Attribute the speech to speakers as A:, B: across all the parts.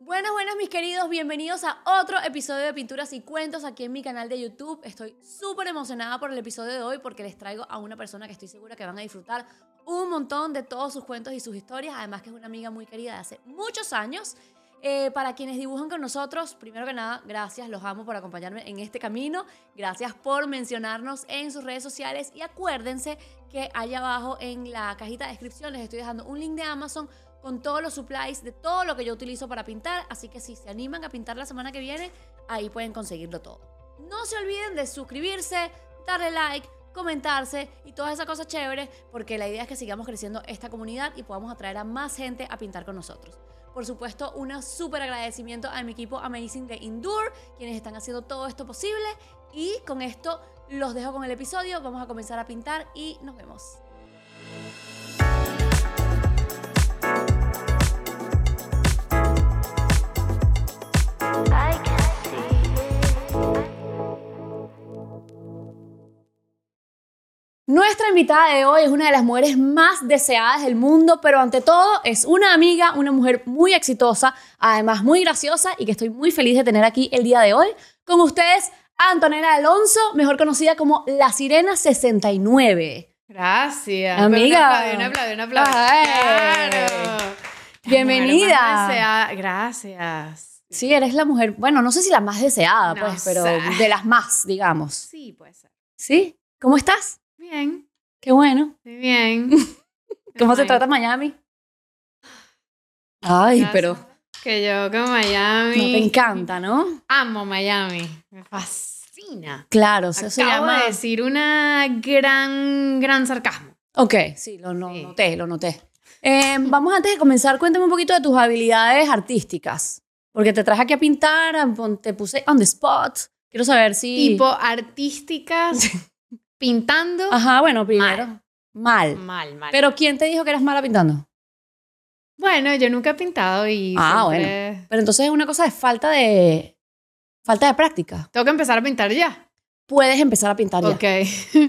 A: Buenas, buenas mis queridos, bienvenidos a otro episodio de Pinturas y Cuentos aquí en mi canal de YouTube. Estoy súper emocionada por el episodio de hoy porque les traigo a una persona que estoy segura que van a disfrutar un montón de todos sus cuentos y sus historias, además que es una amiga muy querida de hace muchos años. Eh, para quienes dibujan con nosotros, primero que nada, gracias, los amo por acompañarme en este camino, gracias por mencionarnos en sus redes sociales y acuérdense que allá abajo en la cajita de descripción les estoy dejando un link de Amazon con todos los supplies de todo lo que yo utilizo para pintar. Así que si se animan a pintar la semana que viene, ahí pueden conseguirlo todo. No se olviden de suscribirse, darle like, comentarse y todas esas cosas chéveres, porque la idea es que sigamos creciendo esta comunidad y podamos atraer a más gente a pintar con nosotros. Por supuesto, un súper agradecimiento a mi equipo Amazing de Endure, quienes están haciendo todo esto posible. Y con esto los dejo con el episodio, vamos a comenzar a pintar y nos vemos. Nuestra invitada de hoy es una de las mujeres más deseadas del mundo, pero ante todo es una amiga, una mujer muy exitosa, además muy graciosa y que estoy muy feliz de tener aquí el día de hoy. Con ustedes, Antonella Alonso, mejor conocida como La Sirena 69.
B: Gracias.
A: Amiga.
B: Pero Un aplauso, un aplauso.
A: Ay.
B: Claro.
A: Bienvenida.
B: La mujer más deseada. Gracias.
A: Sí, eres la mujer, bueno, no sé si la más deseada,
B: No
A: pues, pero
B: sé.
A: de las más, digamos.
B: Sí, puede ser.
A: ¿Sí? ¿Cómo estás?
B: Bien,
A: Qué bueno.
B: muy bien.
A: ¿Cómo se
B: Ay,
A: trata Miami? Ay,
B: gracias.
A: pero
B: Que yo con Miami.
A: no te encanta, ¿no?
B: Amo Miami. Me fascina.
A: Claro, eso se
B: Acabo
A: llama...
B: de decir una gran, gran sarcasmo.
A: Ok, sí, lo no-
B: Sí.
A: noté, lo noté. Eh, vamos antes de comenzar, cuéntame un poquito de tus habilidades artísticas. Porque te traje aquí a pintar, a pon- te puse on the spot. Quiero saber si...
B: Tipo artísticas, pintando.
A: Ajá, bueno, Ah, primero. Mal.
B: Mal, mal.
A: Pero ¿quién te dijo que eras mala pintando?
B: bueno, yo nunca he pintado y
A: Ah,
B: siempre-
A: Pero entonces es una cosa de falta de... Falta de práctica.
B: Tengo que empezar a pintar ya.
A: Puedes empezar a pintar Ah, ya.
B: Ok.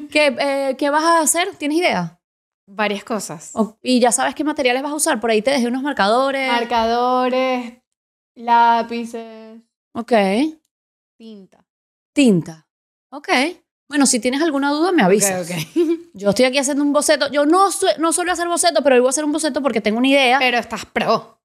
A: ¿Qué, eh, qué vas a hacer? ¿Tienes idea?
B: Varias cosas.
A: O- y ya sabes qué materiales vas a usar. Por ahí te dejé unos marcadores.
B: Marcadores, lápices,
A: ok.
B: tinta.
A: Tinta. Ok. Bueno, si tienes alguna duda, me avisas. Yo estoy aquí haciendo un boceto. Yo no, sue- no suelo hacer boceto, pero hoy voy a hacer un boceto porque tengo una idea.
B: Pero estás pro.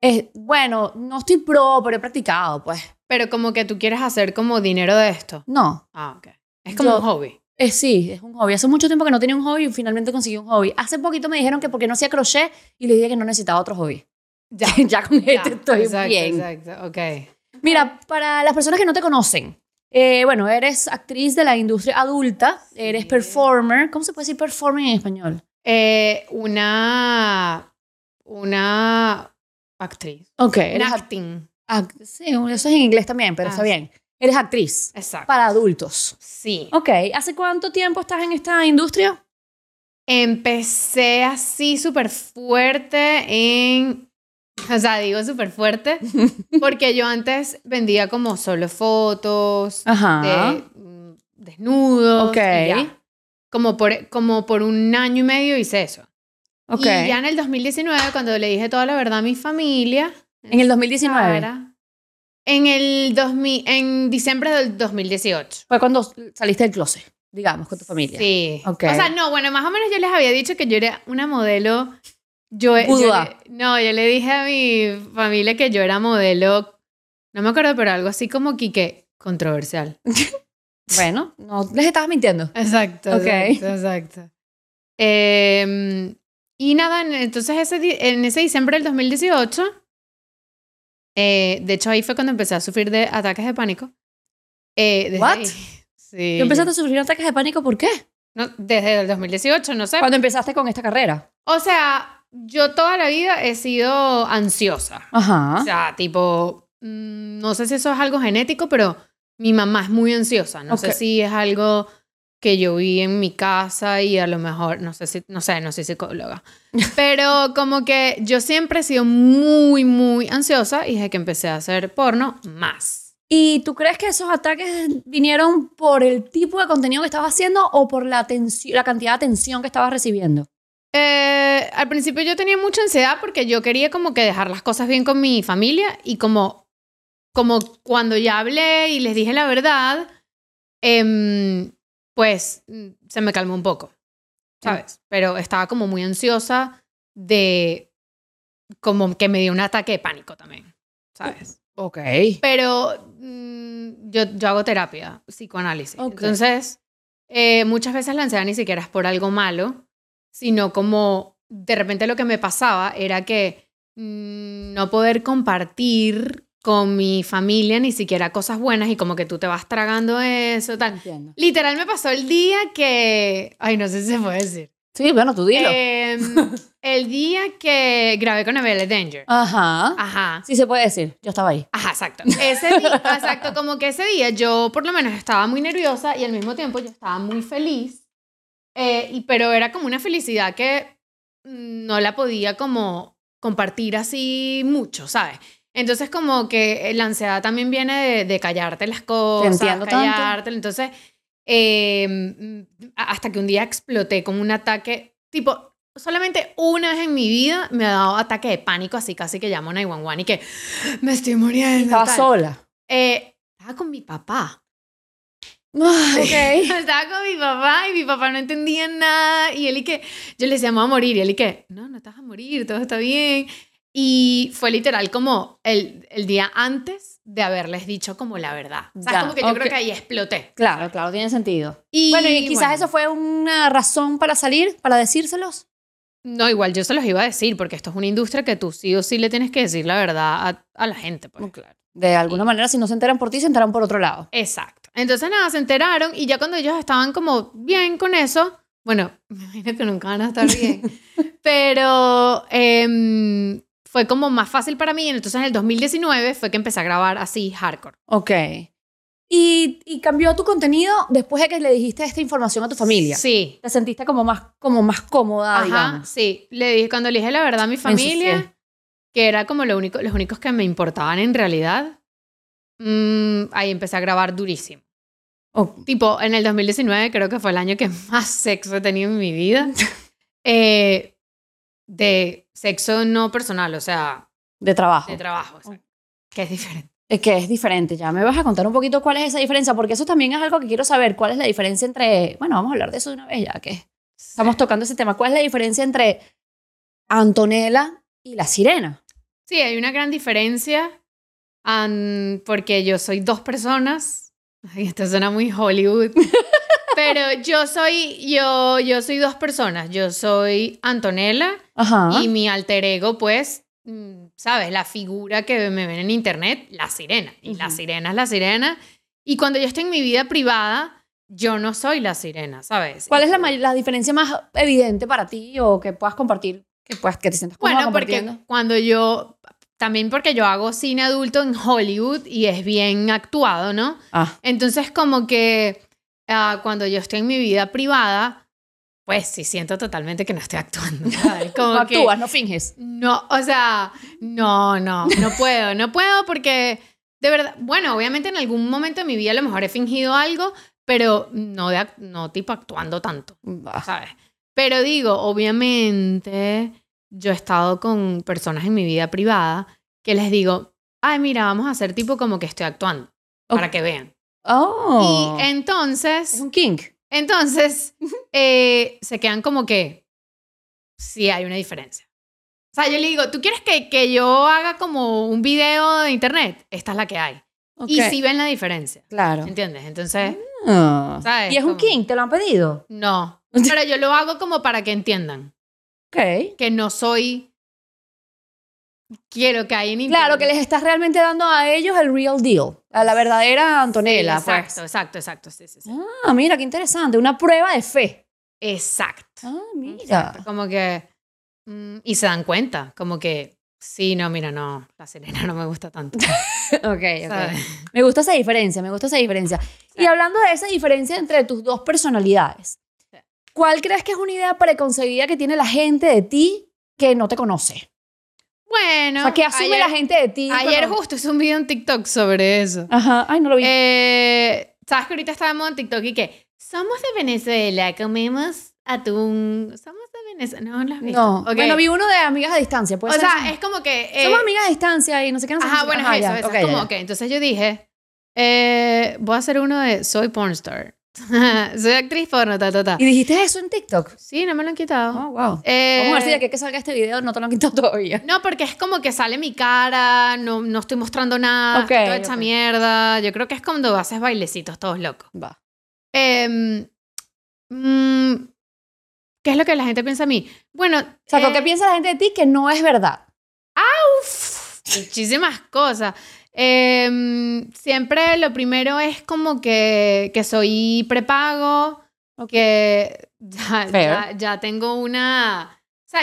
A: Es- bueno, no estoy pro, pero he practicado, pues.
B: Pero como que tú quieres hacer como dinero de esto.
A: No.
B: Ah, ok. Es como
A: Yo-
B: un hobby.
A: Es, sí, es un hobby. Hace mucho tiempo que no tenía un hobby y finalmente conseguí un hobby. Hace poquito me dijeron que porque no hacía crochet y le dije que no necesitaba otro hobby.
B: Ya.
A: ya con este
B: Ya,
A: estoy
B: exacto,
A: bien.
B: Exacto, ok.
A: Mira, para las personas que no te conocen, eh, bueno, eres actriz de la industria adulta, eres
B: Sí.
A: performer. ¿Cómo se puede decir performing en español?
B: Eh, una. Una actriz.
A: Ok,
B: Un
A: eres act-
B: acting.
A: act- sí, eso es en inglés también, pero
B: Ah,
A: está bien. Eres actriz
B: Exacto.
A: para adultos.
B: sí.
A: Ok, ¿hace cuánto tiempo estás en esta industria?
B: Empecé así súper fuerte en... O sea, digo súper fuerte porque yo antes vendía como solo fotos
A: Ajá.
B: de mm, desnudos.
A: Ok.
B: y ya. Como por, como por un año y medio hice eso.
A: ok.
B: Y ya en el 2019, cuando le dije toda la verdad a mi familia...
A: en el 2019.
B: Sara, en el 2000, en diciembre del 2018.
A: Fue cuando saliste del closet, digamos, con tu familia.
B: Sí.
A: Ok.
B: O sea, no, bueno, más o menos yo les había dicho que yo era una modelo. Yo, yo
A: Boudoir.
B: le- no, yo le dije a mi familia que yo era modelo, no me acuerdo, pero algo así como Quique, controversial.
A: Bueno, no les estabas mintiendo.
B: Exacto.
A: Ok.
B: Exacto, exacto. Eh, y nada, en- entonces ese, di- en ese diciembre del 2018, eh, de hecho ahí fue cuando empecé a sufrir de ataques de pánico. Eh, desde
A: What?
B: ahí. Sí.
A: ¿Tú empezaste a sufrir ataques de pánico por qué?
B: No, desde el 2018, no sé.
A: Cuando empezaste con esta carrera.
B: O sea, yo toda la vida he sido ansiosa. O
A: Ajá.
B: sea, tipo, mm, no sé si eso es algo genético, pero mi mamá es muy ansiosa. No
A: Ok.
B: sé si es algo que yo vi en mi casa y a lo mejor, no sé si, no sé, no soy psicóloga. Pero como que yo siempre he sido muy, muy ansiosa y desde que empecé a hacer porno, más.
A: ¿Y tú crees que esos ataques vinieron por el tipo de contenido que estabas haciendo o por la, tensi- la cantidad de atención que estabas recibiendo?
B: eh, al principio yo tenía mucha ansiedad porque yo quería como que dejar las cosas bien con mi familia y como, como cuando ya hablé y les dije la verdad, em, pues mm, se me calmó un poco, ¿sabes? Pero estaba como muy ansiosa de como que me dio un ataque de pánico también, ¿sabes?
C: Ok.
B: Pero mm, yo, yo hago terapia, psicoanálisis.
A: Ok.
B: Entonces, eh, muchas veces la ansiedad ni siquiera es por algo malo, sino como de repente lo que me pasaba era que mm, no poder compartir con mi familia ni siquiera cosas buenas y como que tú te vas tragando eso, tal.
A: Entiendo.
B: Literal me pasó el día que... Ay, no sé si se puede decir.
C: Sí, bueno, tú dilo.
B: Em, el día que grabé con Abel Danger.
A: Ajá.
B: Ajá.
A: Sí se puede decir. Yo estaba ahí.
B: Ajá, exacto. Ese día, exacto, como que ese día yo por lo menos estaba muy nerviosa y al mismo tiempo yo estaba muy feliz, eh, y, pero era como una felicidad que mm, no la podía como compartir así mucho, ¿sabes? Entonces como que eh, la ansiedad también viene de, de callarte las cosas,
A: entiendo tanto.
B: callarte, entonces eh, mm, a- hasta que un día exploté con un ataque, tipo, solamente una vez en mi vida me ha dado ataque de pánico, así casi que llamo a 911 y que me estoy muriendo.
A: Estaba
B: tal.
A: sola.
B: Eh, estaba con mi papá.
A: Ok.
B: Estaba con mi papá y mi papá no entendía nada. Y él y que, yo le decía, "Me voy a morir. Y él y que, no, no estás a morir, todo está bien. Y fue literal como el, el día antes de haberles dicho como la verdad. O sea,
A: Ya,
B: como que yo creo
A: ok.
B: que ahí exploté.
A: Claro, claro, tiene sentido.
B: Y
A: bueno, y quizás
B: bueno.
A: eso fue una razón para salir, para decírselos.
B: No, igual yo se los iba a decir, porque esto es una industria que tú sí o sí le tienes que decir la verdad a, a la gente. pues.
A: claro. De alguna manera, si no se enteran por ti, se enteran por otro lado.
B: Exacto. Entonces nada, se enteraron y ya cuando ellos estaban como bien con eso, bueno, me imagino que nunca van a estar bien, pero em, fue como más fácil para mí. Entonces en el 2019 fue que empecé a grabar así hardcore.
A: Ok. Y, y cambió tu contenido después de que le dijiste esta información a tu familia.
B: Sí.
A: Te sentiste como más, como más cómoda,
B: Ajá,
A: digamos.
B: sí. Le dije, cuando le dije la verdad a mi
A: ensucié.
B: familia, que era como lo único, los únicos que me importaban en realidad, mm, ahí empecé a grabar durísimo.
A: Ok.
B: Tipo, en el 2019 creo que fue el año que más sexo he tenido en mi vida. Eh, de sexo no personal, o sea,
A: de trabajo.
B: de trabajo. o sea, que es diferente.
A: es que es diferente. Ya me vas a contar un poquito cuál es esa diferencia, porque eso también es algo que quiero saber. ¿Cuál es la diferencia entre. Bueno, vamos a hablar de eso de una vez ya, que estamos tocando ese tema. ¿Cuál es la diferencia entre Antonella y la sirena?
B: Sí, hay una gran diferencia am, porque yo soy dos personas. Ay, esto suena muy Hollywood. Pero yo soy, yo, yo soy dos personas. Yo soy Antonella
A: Ajá.
B: y mi alter ego, pues, mm, sabes, la figura que me ven en internet, la sirena. Y la
A: Ujú.
B: sirena es la sirena. Y cuando yo estoy en mi vida privada, yo no soy la sirena, ¿sabes?
A: ¿Cuál es la, may- la diferencia más evidente para ti o que puedas compartir? Que, puedas, que te sientas cómoda
B: Bueno, porque
A: compartiendo?
B: cuando yo, también porque yo hago cine adulto en Hollywood y es bien actuado, ¿no?
A: Ah,
B: Entonces, como que ah, cuando yo estoy en mi vida privada, pues sí siento totalmente que no estoy actuando. ¿sabes? Como
A: no
B: que-
A: actúas, no finges.
B: No, o sea, no, no, no puedo, no puedo porque de verdad, bueno, obviamente en algún momento de mi vida a lo mejor he fingido algo, pero no de, ac- no tipo actuando tanto,
A: Bah,
B: ¿sabes? Pero digo, obviamente yo he estado con personas en mi vida privada que les digo, "Ay, mira, vamos a hacer tipo como que estoy actuando." Para
A: Ok.
B: que vean.
A: Oh.
B: Y entonces,
A: es un king.
B: entonces, eh, se quedan como que sí hay una diferencia. O sea, yo le digo, ¿tú quieres que, que yo haga como un video de internet? Esta es la que hay. Y
A: Ok.
B: sí ven la diferencia.
A: Claro.
B: ¿Entiendes? Entonces,
A: Ah.
B: ¿sabes?
A: Y es un
B: Como-
A: king, ¿te lo han pedido?
B: no. Pero yo lo hago como para que entiendan
A: Ok.
B: que no soy. Quiero que hay en internet.
A: Claro, que les estás realmente dando a ellos el real deal, a la verdadera Antonella.
B: Sí,
A: pues.
B: exacto, exacto, exacto. sí, sí, sí.
A: Ah, mira, qué interesante, una prueba de fe.
B: Exacto.
A: Ah, mira.
B: Exacto, Como que. mm, y se dan cuenta. Como que. Sí, no, mira, no. La Selena no me gusta tanto.
A: Ok, ok.
B: ¿sabes?
A: Me gusta esa diferencia, me gusta esa diferencia. Y hablando de esa diferencia entre tus dos personalidades, ¿cuál crees que es una idea preconcebida que tiene la gente de ti que no te conoce?
B: Bueno.
A: o sea, ¿qué asume
B: ayer,
A: la gente de ti?
B: Ayer
A: cuando-
B: justo hice un video en TikTok sobre eso.
A: Ajá, ay, no lo vi.
B: Eh, ¿Sabes que ahorita estábamos en TikTok y que somos de Venezuela, comemos atún, somos de en esa? No, las vi.
A: No. Bueno, vi uno de amigas a distancia.
B: O
A: Puede ser
B: sea,
A: eso.
B: es como que. eh,
A: somos amigas a distancia y no sé qué. No sé qué, no
B: Ajá,
A: sé qué.
B: bueno, es eso.
A: Ah, ya,
B: eso.
A: ok,
B: es
A: ya,
B: como,
A: ya.
B: ok, entonces yo dije, eh, voy a hacer uno de soy pornstar. soy actriz porno, ta, ta, ta.
A: ¿Y dijiste eso en TikTok?
B: Sí, no me lo han quitado.
A: Oh, wow.
B: Eh,
A: Vamos a ver si de aquí a que salga este video no te lo han quitado todavía.
B: No, porque es como que sale mi cara, no, no estoy mostrando nada,
A: Ok,
B: toda esa
A: ok.
B: mierda. Yo creo que es cuando haces bailecitos todos locos.
A: Va.
B: Em, mm, ¿Qué es lo que la gente piensa a mí? Bueno,
A: O sea,
B: eh,
A: ¿con ¿qué piensa la gente de ti que no es verdad?
B: muchísimas cosas. Em, siempre lo primero es como que, que soy prepago, que ya, ya,
A: Fair.
B: ya tengo una... O sea,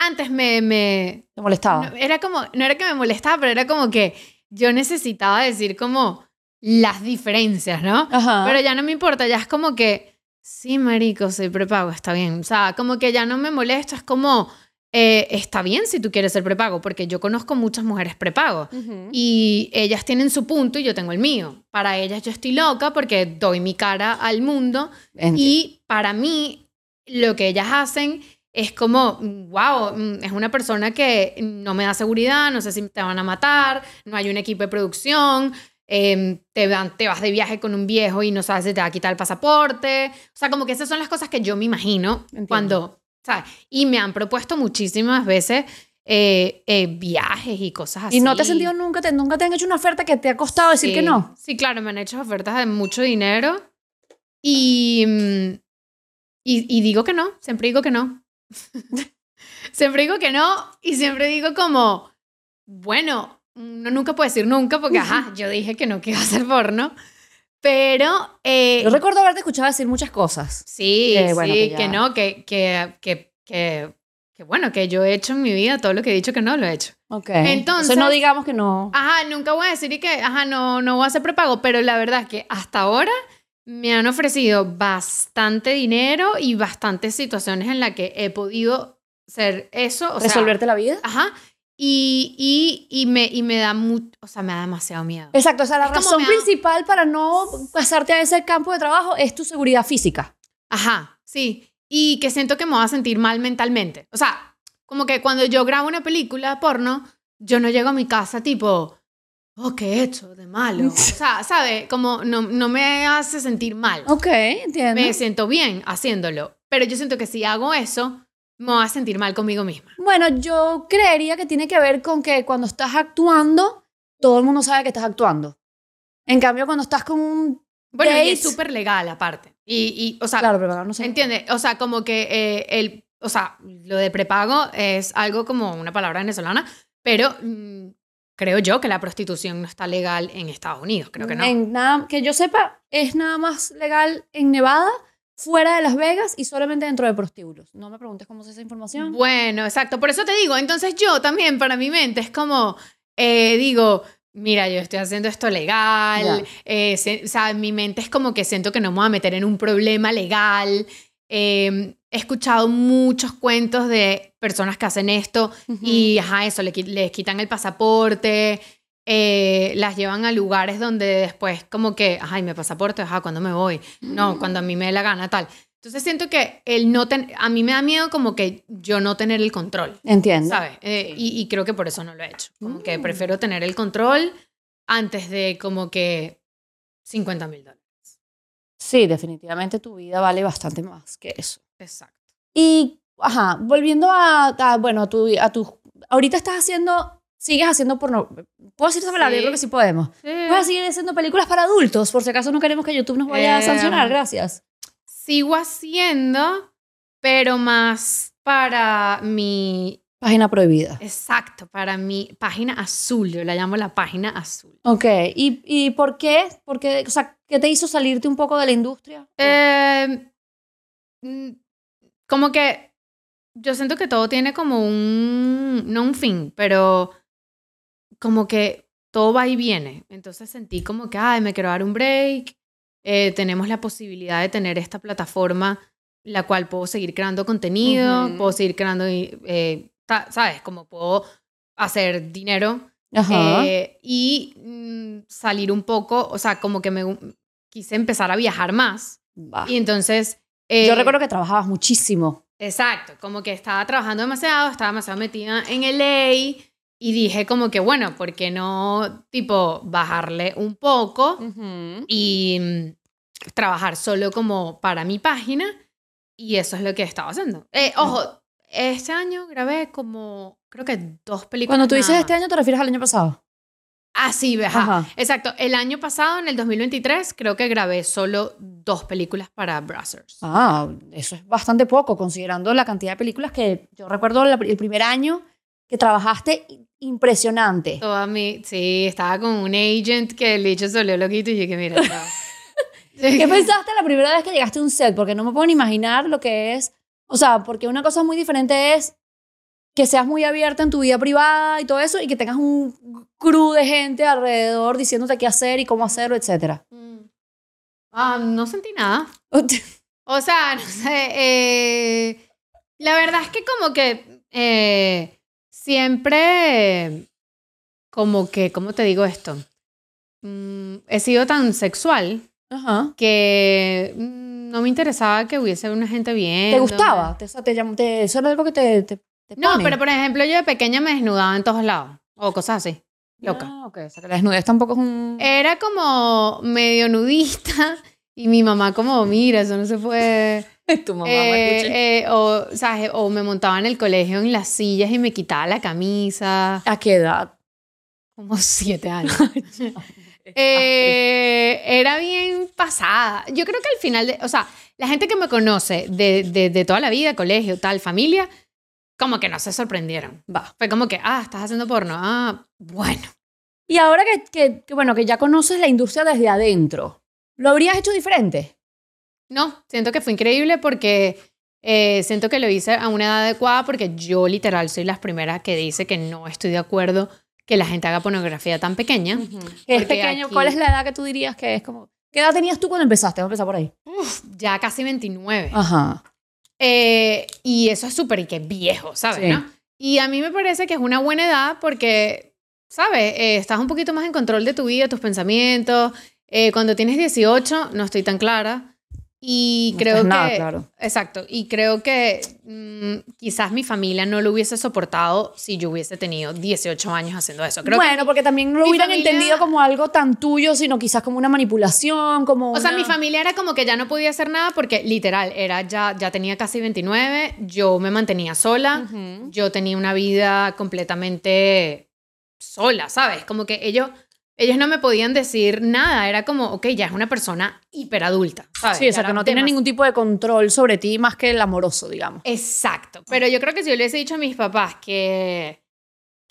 B: antes me- me,
A: Te molestaba.
B: No, era como, no era que me molestaba, pero era como que yo necesitaba decir como las diferencias, ¿no?
A: Ajá.
B: Pero ya no me importa, ya es como que, sí, marico, soy prepago, está bien. O sea, como que ya no me molesta, es como, eh, está bien si tú quieres ser prepago, porque yo conozco muchas mujeres prepago.
A: Ujú.
B: Y ellas tienen su punto y yo tengo el mío. Para ellas yo estoy loca porque doy mi cara al mundo
A: Entiendo.
B: y para mí, lo que ellas hacen es como, wow, es una persona que no me da seguridad, no sé si te van a matar, no hay un equipo de producción, em, te, van- te vas de viaje con un viejo y no sabes si te va a quitar el pasaporte. O sea, como que esas son las cosas que yo me imagino
A: Entiendo.
B: cuando, ¿sabes? Y me han propuesto muchísimas veces eh, eh, viajes y cosas así.
A: Y no te has sentido nunca, te, nunca te han hecho una oferta que te ha costado decir que
B: Sí.
A: no.
B: Sí, claro, me han hecho ofertas de mucho dinero y, mm, y, y digo que no, siempre digo que no. siempre digo que no y siempre digo como, bueno, uno nunca puede decir nunca porque, ajá, yo dije que no que iba a hacer porno, pero... eh,
A: Yo recuerdo haberte escuchado decir muchas cosas.
B: sí,
A: que,
B: sí,
A: bueno, que
B: que,
A: ya-
B: no, que, que, que, que, que bueno, que yo he hecho en mi vida todo lo que he dicho que no lo he hecho.
A: Ok.
B: Entonces-
A: no digamos que no.
B: Ajá, nunca voy a decir y que, ajá, no, no voy a hacer prepago, pero la verdad es que hasta ahora me han ofrecido bastante dinero y bastantes situaciones en las que he podido ser eso. O sea,
A: ¿Resolverte la vida?
B: ajá. Y, y, y, me, y me da mucho, o sea, me da demasiado miedo.
A: Exacto, o sea, la
B: Es como
A: razón
B: me ha-
A: principal para no pasarte a ese campo de trabajo es tu seguridad física.
B: Ajá, sí. Y que siento que me voy a sentir mal mentalmente. O sea, como que cuando yo grabo una película porno, yo no llego a mi casa tipo, oh, ¿qué he hecho de malo? O sea, ¿sabe? Como no, no me hace sentir mal.
A: Ok, entiendo.
B: Me siento bien haciéndolo. Pero yo siento que si hago eso, me voy a sentir mal conmigo misma.
A: Bueno, yo creería que tiene que ver con que cuando estás actuando, todo el mundo sabe que estás actuando. En cambio, cuando estás con un...
B: Bueno, y
A: Date.
B: es súper legal aparte. Y, y, o sea,
A: Claro, pero no sé.
B: ¿Entiendes? O sea, como que eh, el, o sea, lo de prepago es algo como una palabra venezolana, pero mm, creo yo que la prostitución no está legal en Estados Unidos, creo que no.
A: En nada, que yo sepa, es nada más legal en Nevada, fuera de Las Vegas y solamente dentro de prostíbulos. No me preguntes cómo es esa información.
B: Bueno, exacto, por eso te digo, entonces yo también para mi mente es como, eh, digo, mira, yo estoy haciendo esto legal, eh, se- o sea, mi mente es como que siento que no me voy a meter en un problema legal. Eh, he escuchado muchos cuentos de personas que hacen esto Y ajá, eso, le qui- les quitan el pasaporte, eh, las llevan a lugares donde después como que, ay, mi pasaporte, ajá, cuando me voy? No, cuando a mí me dé la gana, tal. Entonces siento que el no ten- a mí me da miedo como que yo no tener el control,
A: Entiendo.
B: ¿sabes? Eh, y, y creo que por eso no lo he hecho. Como que prefiero tener el control antes de como que 50 mil dólares.
A: Sí, definitivamente tu vida vale bastante más que eso.
B: Exacto.
A: Y, ajá, volviendo a, a, bueno, a tu, a tu... Ahorita estás haciendo, sigues haciendo porno... ¿Puedo decir esa palabra?
B: Sí.
A: Yo creo que sí podemos.
B: Pues
A: Vas a seguir haciendo películas para adultos, por si acaso no queremos que YouTube nos vaya a
B: Eh,
A: sancionar, gracias.
B: Sigo haciendo, pero más para mi
A: Página prohibida.
B: Exacto, para mi página azul, yo la llamo la página azul.
A: Ok, ¿y, y por qué? ¿Por qué? O sea, ¿qué te hizo salirte un poco de la industria?
B: Eh, mm, como que yo siento que todo tiene como un, no un fin, pero como que todo va y viene. Entonces sentí como que, ay, me quiero dar un break, eh, tenemos la posibilidad de tener esta plataforma la cual puedo seguir creando contenido,
A: Ujú.
B: puedo seguir creando, eh, ta- ¿sabes? Como puedo hacer dinero Eh, y mm, salir un poco, o sea, como que me gu- quise empezar a viajar más.
A: Bah.
B: Y entonces... eh,
A: Yo recuerdo que trabajabas muchísimo.
B: Exacto, como que estaba trabajando demasiado, estaba demasiado metida en el ley y dije como que bueno, ¿por qué no tipo bajarle un poco
A: Ujú.
B: y mm, trabajar solo como para mi página? Y eso es lo que estaba haciendo. Eh,
A: Mm.
B: ojo, este año grabé como creo que dos películas.
A: Cuando tú dices
B: nada
A: este año, te refieres al año pasado.
B: Ah, sí, ajá.
A: Ajá.
B: Exacto. El año pasado, en el 2023, creo que grabé solo dos películas para Brazzers.
A: Ah, eso es bastante poco, considerando la cantidad de películas que yo recuerdo la- el primer año que trabajaste, i- impresionante.
B: Toda mi, sí, estaba con un agent que el hecho se olió loquito y yo que mira, no.
A: ¿Qué pensaste la primera vez que llegaste a un set? Porque no me puedo ni imaginar lo que es. O sea, porque una cosa muy diferente es que seas muy abierta en tu vida privada y todo eso y que tengas un crew de gente alrededor diciéndote qué hacer y cómo hacerlo, etc.
B: Mm. Ah, no sentí nada. O sea, no sé. eh, la verdad es que como que eh, siempre, eh, como que, ¿cómo te digo esto? Mm, he sido tan sexual
A: Ajá.
B: que mm, no me interesaba que hubiese una gente bien.
A: ¿Te gustaba? ¿Te, o sea, te llam- te- ¿Eso era algo que te, te, te
B: No,
A: pone?
B: pero por ejemplo, yo de pequeña me desnudaba en todos lados. O cosas así. Loca.
A: Ah, ok. O sea, que la desnudez tampoco es un...
B: Era como medio nudista. Y mi mamá como, mira, eso no se puede.
A: tu mamá
B: Eh, eh, o, ¿sabes? o me montaba en el colegio en las sillas y me quitaba la camisa.
A: ¿A qué edad?
B: Como siete años.
A: Ah,
B: Eh, era bien pasada. Yo creo que al final, de- o sea, la gente que me conoce de, de- de toda la vida, colegio, tal, familia, como que no se sorprendieron.
A: Va.
B: Fue como que, ah, estás haciendo porno. Ah, bueno.
A: Y ahora que, que- que, bueno, que ya conoces la industria desde adentro, ¿lo habrías hecho diferente?
B: No, siento que fue increíble porque eh, siento que lo hice a una edad adecuada porque yo literal soy la primera que dice que no estoy de acuerdo que la gente haga pornografía tan pequeña.
A: Que es
B: Porque
A: pequeño,
B: aquí-
A: ¿cuál es la edad que tú dirías que es como... ¿Qué edad tenías tú cuando empezaste? Vamos a empezar por ahí.
B: Ya casi 29.
A: Ajá.
B: Eh, y eso es súper y que viejo, ¿sabes?
A: Sí.
B: no? Y a mí me parece que es una buena edad porque, ¿sabes? Eh, estás un poquito más en control de tu vida, tus pensamientos. Eh, cuando tienes 18, no estoy tan clara. Y
A: No
B: creo
A: estás
B: que.
A: nada claro.
B: Exacto. Y creo que mm, quizás mi familia no lo hubiese soportado si yo hubiese tenido 18 años haciendo eso. Creo que-
A: bueno, porque también no lo
B: mi
A: hubieran
B: familia-
A: entendido como algo tan tuyo, sino quizás como una manipulación, como
B: O sea,
A: una-
B: mi familia era como que ya no podía hacer nada porque literal, era ya, ya tenía casi 29, yo me mantenía sola,
A: Ujú.
B: yo tenía una vida completamente sola, ¿sabes? Como que ellos, ellos no me podían decir nada, era como, ok, ya es una persona hiperadulta, ¿sabes?
A: Sí, o sea, que
B: Ya era
A: no tiene
B: demasiado-
A: ningún tipo de control sobre ti más que el amoroso, digamos.
B: Exacto. Pero yo creo que si yo le hubiese dicho a mis papás que,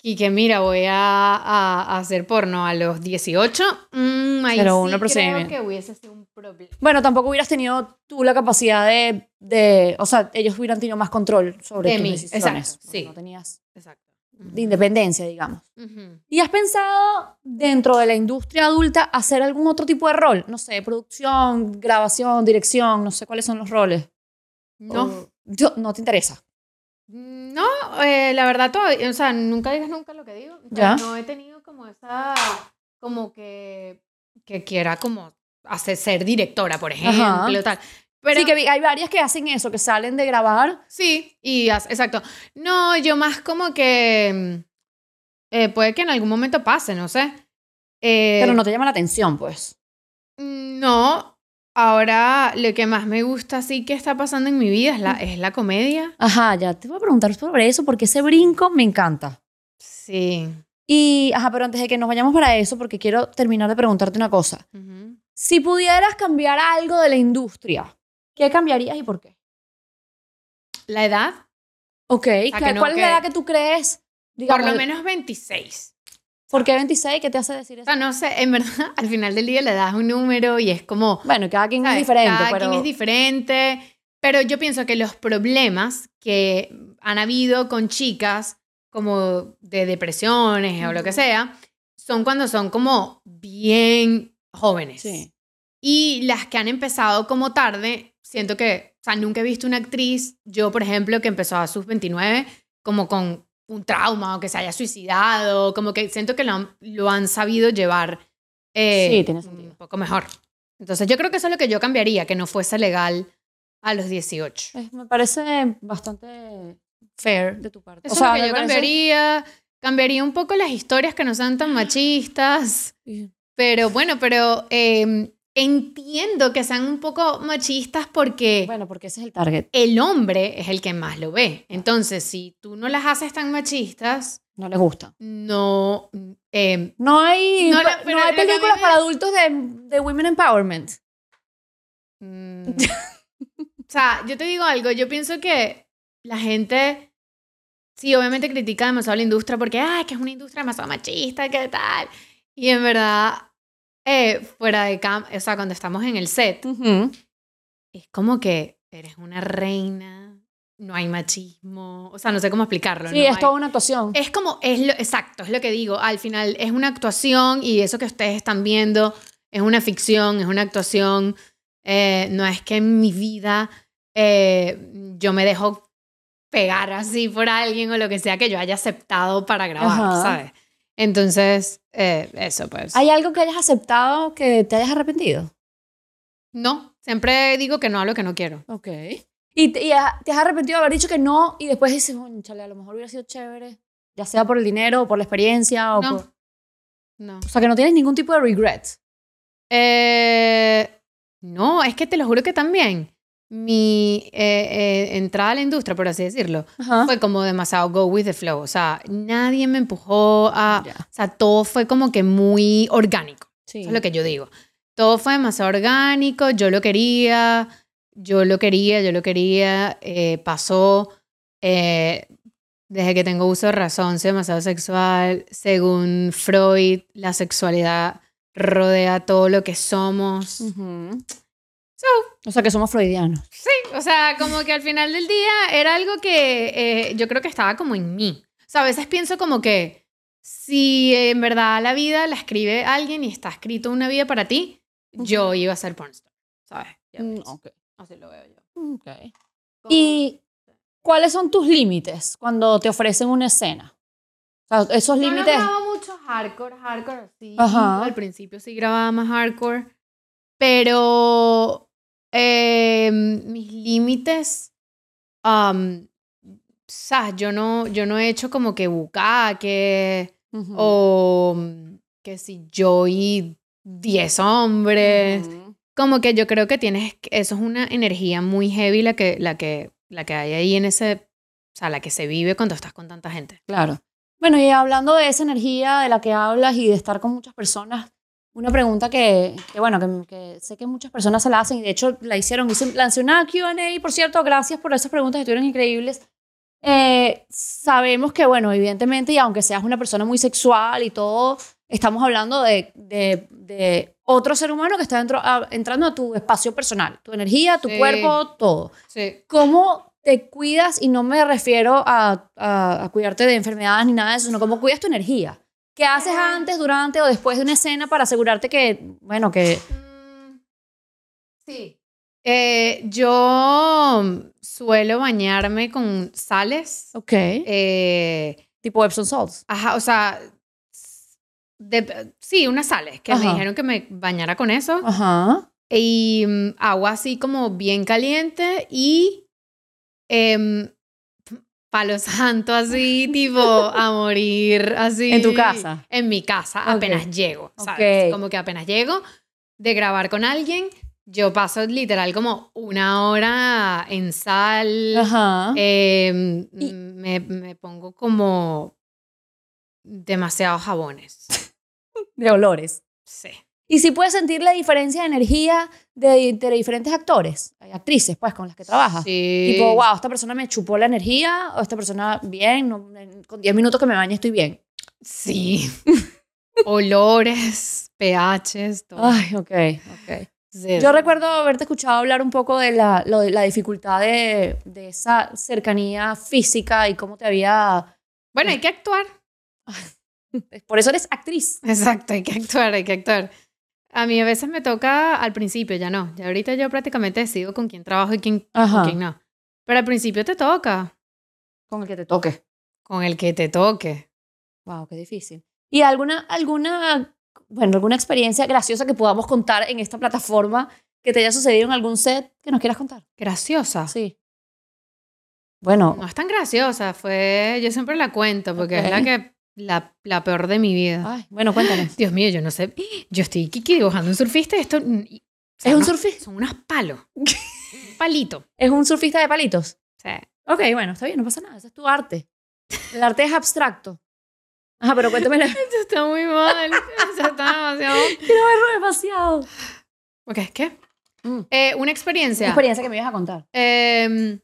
B: y que mira, voy a, a- a hacer porno a los 18, mm, ahí
A: Pero
B: sí
A: uno
B: creo
A: procedimiento.
B: que hubiese sido un problema.
A: Bueno, tampoco hubieras tenido tú la capacidad de, de o sea, ellos hubieran tenido más control sobre
B: De
A: tus
B: mí,
A: decisiones.
B: exacto,
A: porque
B: sí.
A: No tenías
B: Exacto.
A: de independencia, digamos. ¿Y has pensado dentro de la industria adulta hacer algún otro tipo de rol? No sé, producción, grabación, dirección, no sé cuáles son los roles.
B: No,
A: O- yo- no te interesa.
B: no eh, la verdad todavía, o sea, nunca digas nunca lo que digo. O
A: Ya.
B: sea, No he tenido como esa, como que, que quiera como hacer, ser directora, por ejemplo, tal. Pero
A: sí, que vi- hay varias que hacen eso, que salen de grabar.
B: Sí, y as- exacto. No, yo más como que mm, eh, puede que en algún momento pase, no sé. Eh, mm,
A: Pero no te llama la atención, pues.
B: no, ahora lo que más me gusta así que está pasando en mi vida es la, es la comedia.
A: Ajá, ya te voy a preguntar sobre eso porque ese brinco me encanta.
B: Sí.
A: Y, ajá, pero antes de que nos vayamos para eso, porque quiero terminar de preguntarte una cosa.
B: Ujú.
A: Si pudieras cambiar algo de la industria, ¿qué cambiarías y por qué?
B: La edad,
A: Ok, ¿cuál-
B: no,
A: ¿cuál es la
B: que-
A: edad que tú crees? Digamos,
B: por lo menos 26.
A: ¿Por qué 26? ¿Qué te hace decir
B: O
A: eso?
B: sea, no sé, en verdad, al final del día la edad es un número y es como
A: Bueno, cada quien es
B: ¿sabes?
A: diferente,
B: Cada
A: pero...
B: quien es diferente. Pero yo pienso que los problemas que han habido con chicas, como de depresiones o lo que
A: Ujú.
B: sea, son cuando son como bien jóvenes.
A: Sí.
B: Y las que han empezado como tarde, siento que, o sea, nunca he visto una actriz, yo por ejemplo, que empezó a sus 29, como con un trauma o que se haya suicidado, como que siento que lo han, lo han sabido llevar eh,
A: Sí, tiene
B: un
A: sentido.
B: poco mejor. Entonces yo creo que eso es lo que yo cambiaría, que no fuese legal a los 18.
A: Es- me parece bastante fair de tu parte.
B: Eso es lo que
A: me
B: yo
A: parece-
B: cambiaría. Cambiaría un poco las historias que no sean tan machistas.
A: Sí.
B: Pero bueno, pero eh, entiendo que sean un poco machistas porque
A: Bueno, porque ese es el target.
B: el hombre es el que más lo ve. Entonces, si tú no las haces tan machistas,
A: No les gusta.
B: no... eh,
A: No hay,
B: No,
A: no,
B: no, pero
A: hay
B: lo que a mí
A: películas
B: me-
A: para adultos de, de Women Empowerment.
B: mm, o sea, yo te digo algo, yo pienso que la gente... Sí, obviamente critica demasiado la industria porque, ay, que es una industria demasiado machista, ¿qué tal? Y en verdad, eh, fuera de cam, o sea, cuando estamos en el set, es como que eres una reina, no hay machismo, o sea, no sé cómo explicarlo.
A: Sí,
B: ¿no?
A: es
B: Hay-
A: toda una actuación.
B: Es como, es lo, exacto, es lo que digo. Al final es una actuación y eso que ustedes están viendo es una ficción, es una actuación. Eh, no es que en mi vida eh, yo me dejo pegar así por alguien o lo que sea que yo haya aceptado para grabar,
A: Ajá.
B: ¿sabes? Entonces, eh, eso pues.
A: ¿Hay algo que hayas aceptado que te hayas arrepentido?
B: No, siempre digo que no a lo que no quiero.
A: Ok. ¿Y te, y ha- te has arrepentido de haber dicho que no y después dices, "Bueno, chale, a lo mejor hubiera sido chévere? Ya sea por el dinero o por la experiencia o
B: No.
A: por...
B: No.
A: O sea, que no tienes ningún tipo de regret.
B: Eh, no, es que te lo juro que también mi eh, eh, entrada a la industria, por así decirlo,
A: Ajá.
B: fue como demasiado go with the flow. O sea, nadie me empujó a... O sea, todo fue como que muy orgánico.
A: Sí.
B: Pues, Eso es lo que yo digo. Todo fue demasiado orgánico, yo lo quería, yo lo quería, yo lo quería, eh, pasó. eh, desde que tengo uso de razón, soy demasiado sexual. Según Freud, la sexualidad rodea todo lo que somos.
A: Ujú. o sea, que somos freudianos.
B: O sea, como que al final del día era algo que eh, yo creo que estaba como en mí. O sea, a veces pienso como que si en verdad la vida la escribe alguien y está escrito una vida para ti, yo iba a ser pornstar, ¿sabes? Ya
A: Mm,
B: ves.
A: ok.
B: Así lo veo yo.
A: Ok. ¿Y cuáles son tus límites cuando te ofrecen una escena? O sea, esos
B: Yo no
A: límites.
B: grababa mucho hardcore, hardcore sí.
A: Ajá.
B: Al principio sí grababa más hardcore, pero eh, mis límites, um, sabes, yo no, yo no he hecho como que bucaque
A: Ujú.
B: o mm, que si yo y 10 hombres,
A: Ujú.
B: como que yo creo que tienes, que- eso es una energía muy heavy la que, la que, la que hay ahí en ese, o sea, la que se vive cuando estás con tanta gente.
A: Claro. Bueno, y hablando de esa energía de la que hablas y de estar con muchas personas, una pregunta que, que, bueno, que, que sé que muchas personas se la hacen y de hecho la hicieron. Hice- lancé una QA, por cierto, gracias por esas preguntas que estuvieron increíbles. Eh, sabemos que, bueno, evidentemente, y aunque seas una persona muy sexual y todo, estamos hablando de, de- de otro ser humano que está dentro- a- entrando a tu espacio personal, tu energía, tu
B: Sí.
A: cuerpo, todo.
B: Sí.
A: ¿cómo te cuidas? Y no me refiero a, a- a cuidarte de enfermedades ni nada de eso, sino cómo cuidas tu energía. ¿Qué haces antes, durante o después de una escena para asegurarte que, bueno, que...
B: Mm, Sí. Eh, yo mm, suelo bañarme con sales.
A: Ok.
B: eh,
A: tipo Epsom Salts.
B: ajá, o sea, s- de- sí, unas sales que me
A: Ajá.
B: dijeron que me bañara con eso.
A: Ajá.
B: Y mm, agua así como bien caliente y em, palo santo así, tipo a morir así.
A: En tu casa.
B: En mi casa,
A: Ok.
B: apenas llego, ¿sabes?
A: Ok.
B: Como que apenas llego de grabar con alguien, yo paso literal como una hora en sal.
A: Ajá.
B: em,
A: Y-
B: me, me pongo como demasiados jabones.
A: de olores.
B: Sí.
A: Y si puedes sentir la diferencia de energía de, de diferentes actores, actrices, pues, con las que trabajas.
B: Sí.
A: Tipo, wow, esta persona me chupó la energía, o esta persona bien, no- en- con 10 minutos que me bañe estoy bien.
B: Sí. Olores, pHs, todo.
A: Ay, ok, ok.
B: Sí.
A: Ah, Yo recuerdo haberte escuchado hablar un poco de la, lo de la dificultad de, de esa cercanía física y cómo te había...
B: Bueno, hay que actuar.
A: Por eso eres actriz.
B: Exacto, hay que actuar, hay que actuar. A mí a veces me toca al principio, ya no. Ya ahorita yo prácticamente decido con quién trabajo y quién, con
A: Ajá.
B: quién no. Pero al principio te toca
A: Con el que te toque.
B: con el que te toque.
A: Wow, qué difícil. ¿Y alguna, alguna, bueno, alguna experiencia graciosa que podamos contar en esta plataforma que te haya sucedido en algún set que nos quieras contar.
B: Graciosa.
A: Sí. Ah. Bueno,
B: No es tan graciosa, fue. Yo siempre la cuento porque es la
A: Ok. Ah.
B: que. La, la peor de mi vida.
A: ay, bueno, cuéntanos.
B: Dios mío, yo no sé. Yo estoy Kiki dibujando un surfista y esto. mm, y- o sea,
A: ¿Es un
B: no-
A: surfista?
B: Son unos palos. un palito.
A: ¿Es un surfista de palitos?
B: O sea,
A: Ok, bueno, está bien, no pasa nada. Ese es tu arte. El arte es abstracto. Ajá, pero cuéntame. la-
B: esto está muy mal. O sea, está demasiado.
A: Quiero verlo demasiado.
B: Ok, ¿qué?
A: Mm.
B: Eh, una experiencia.
A: experiencia que me ibas a contar.
B: Em,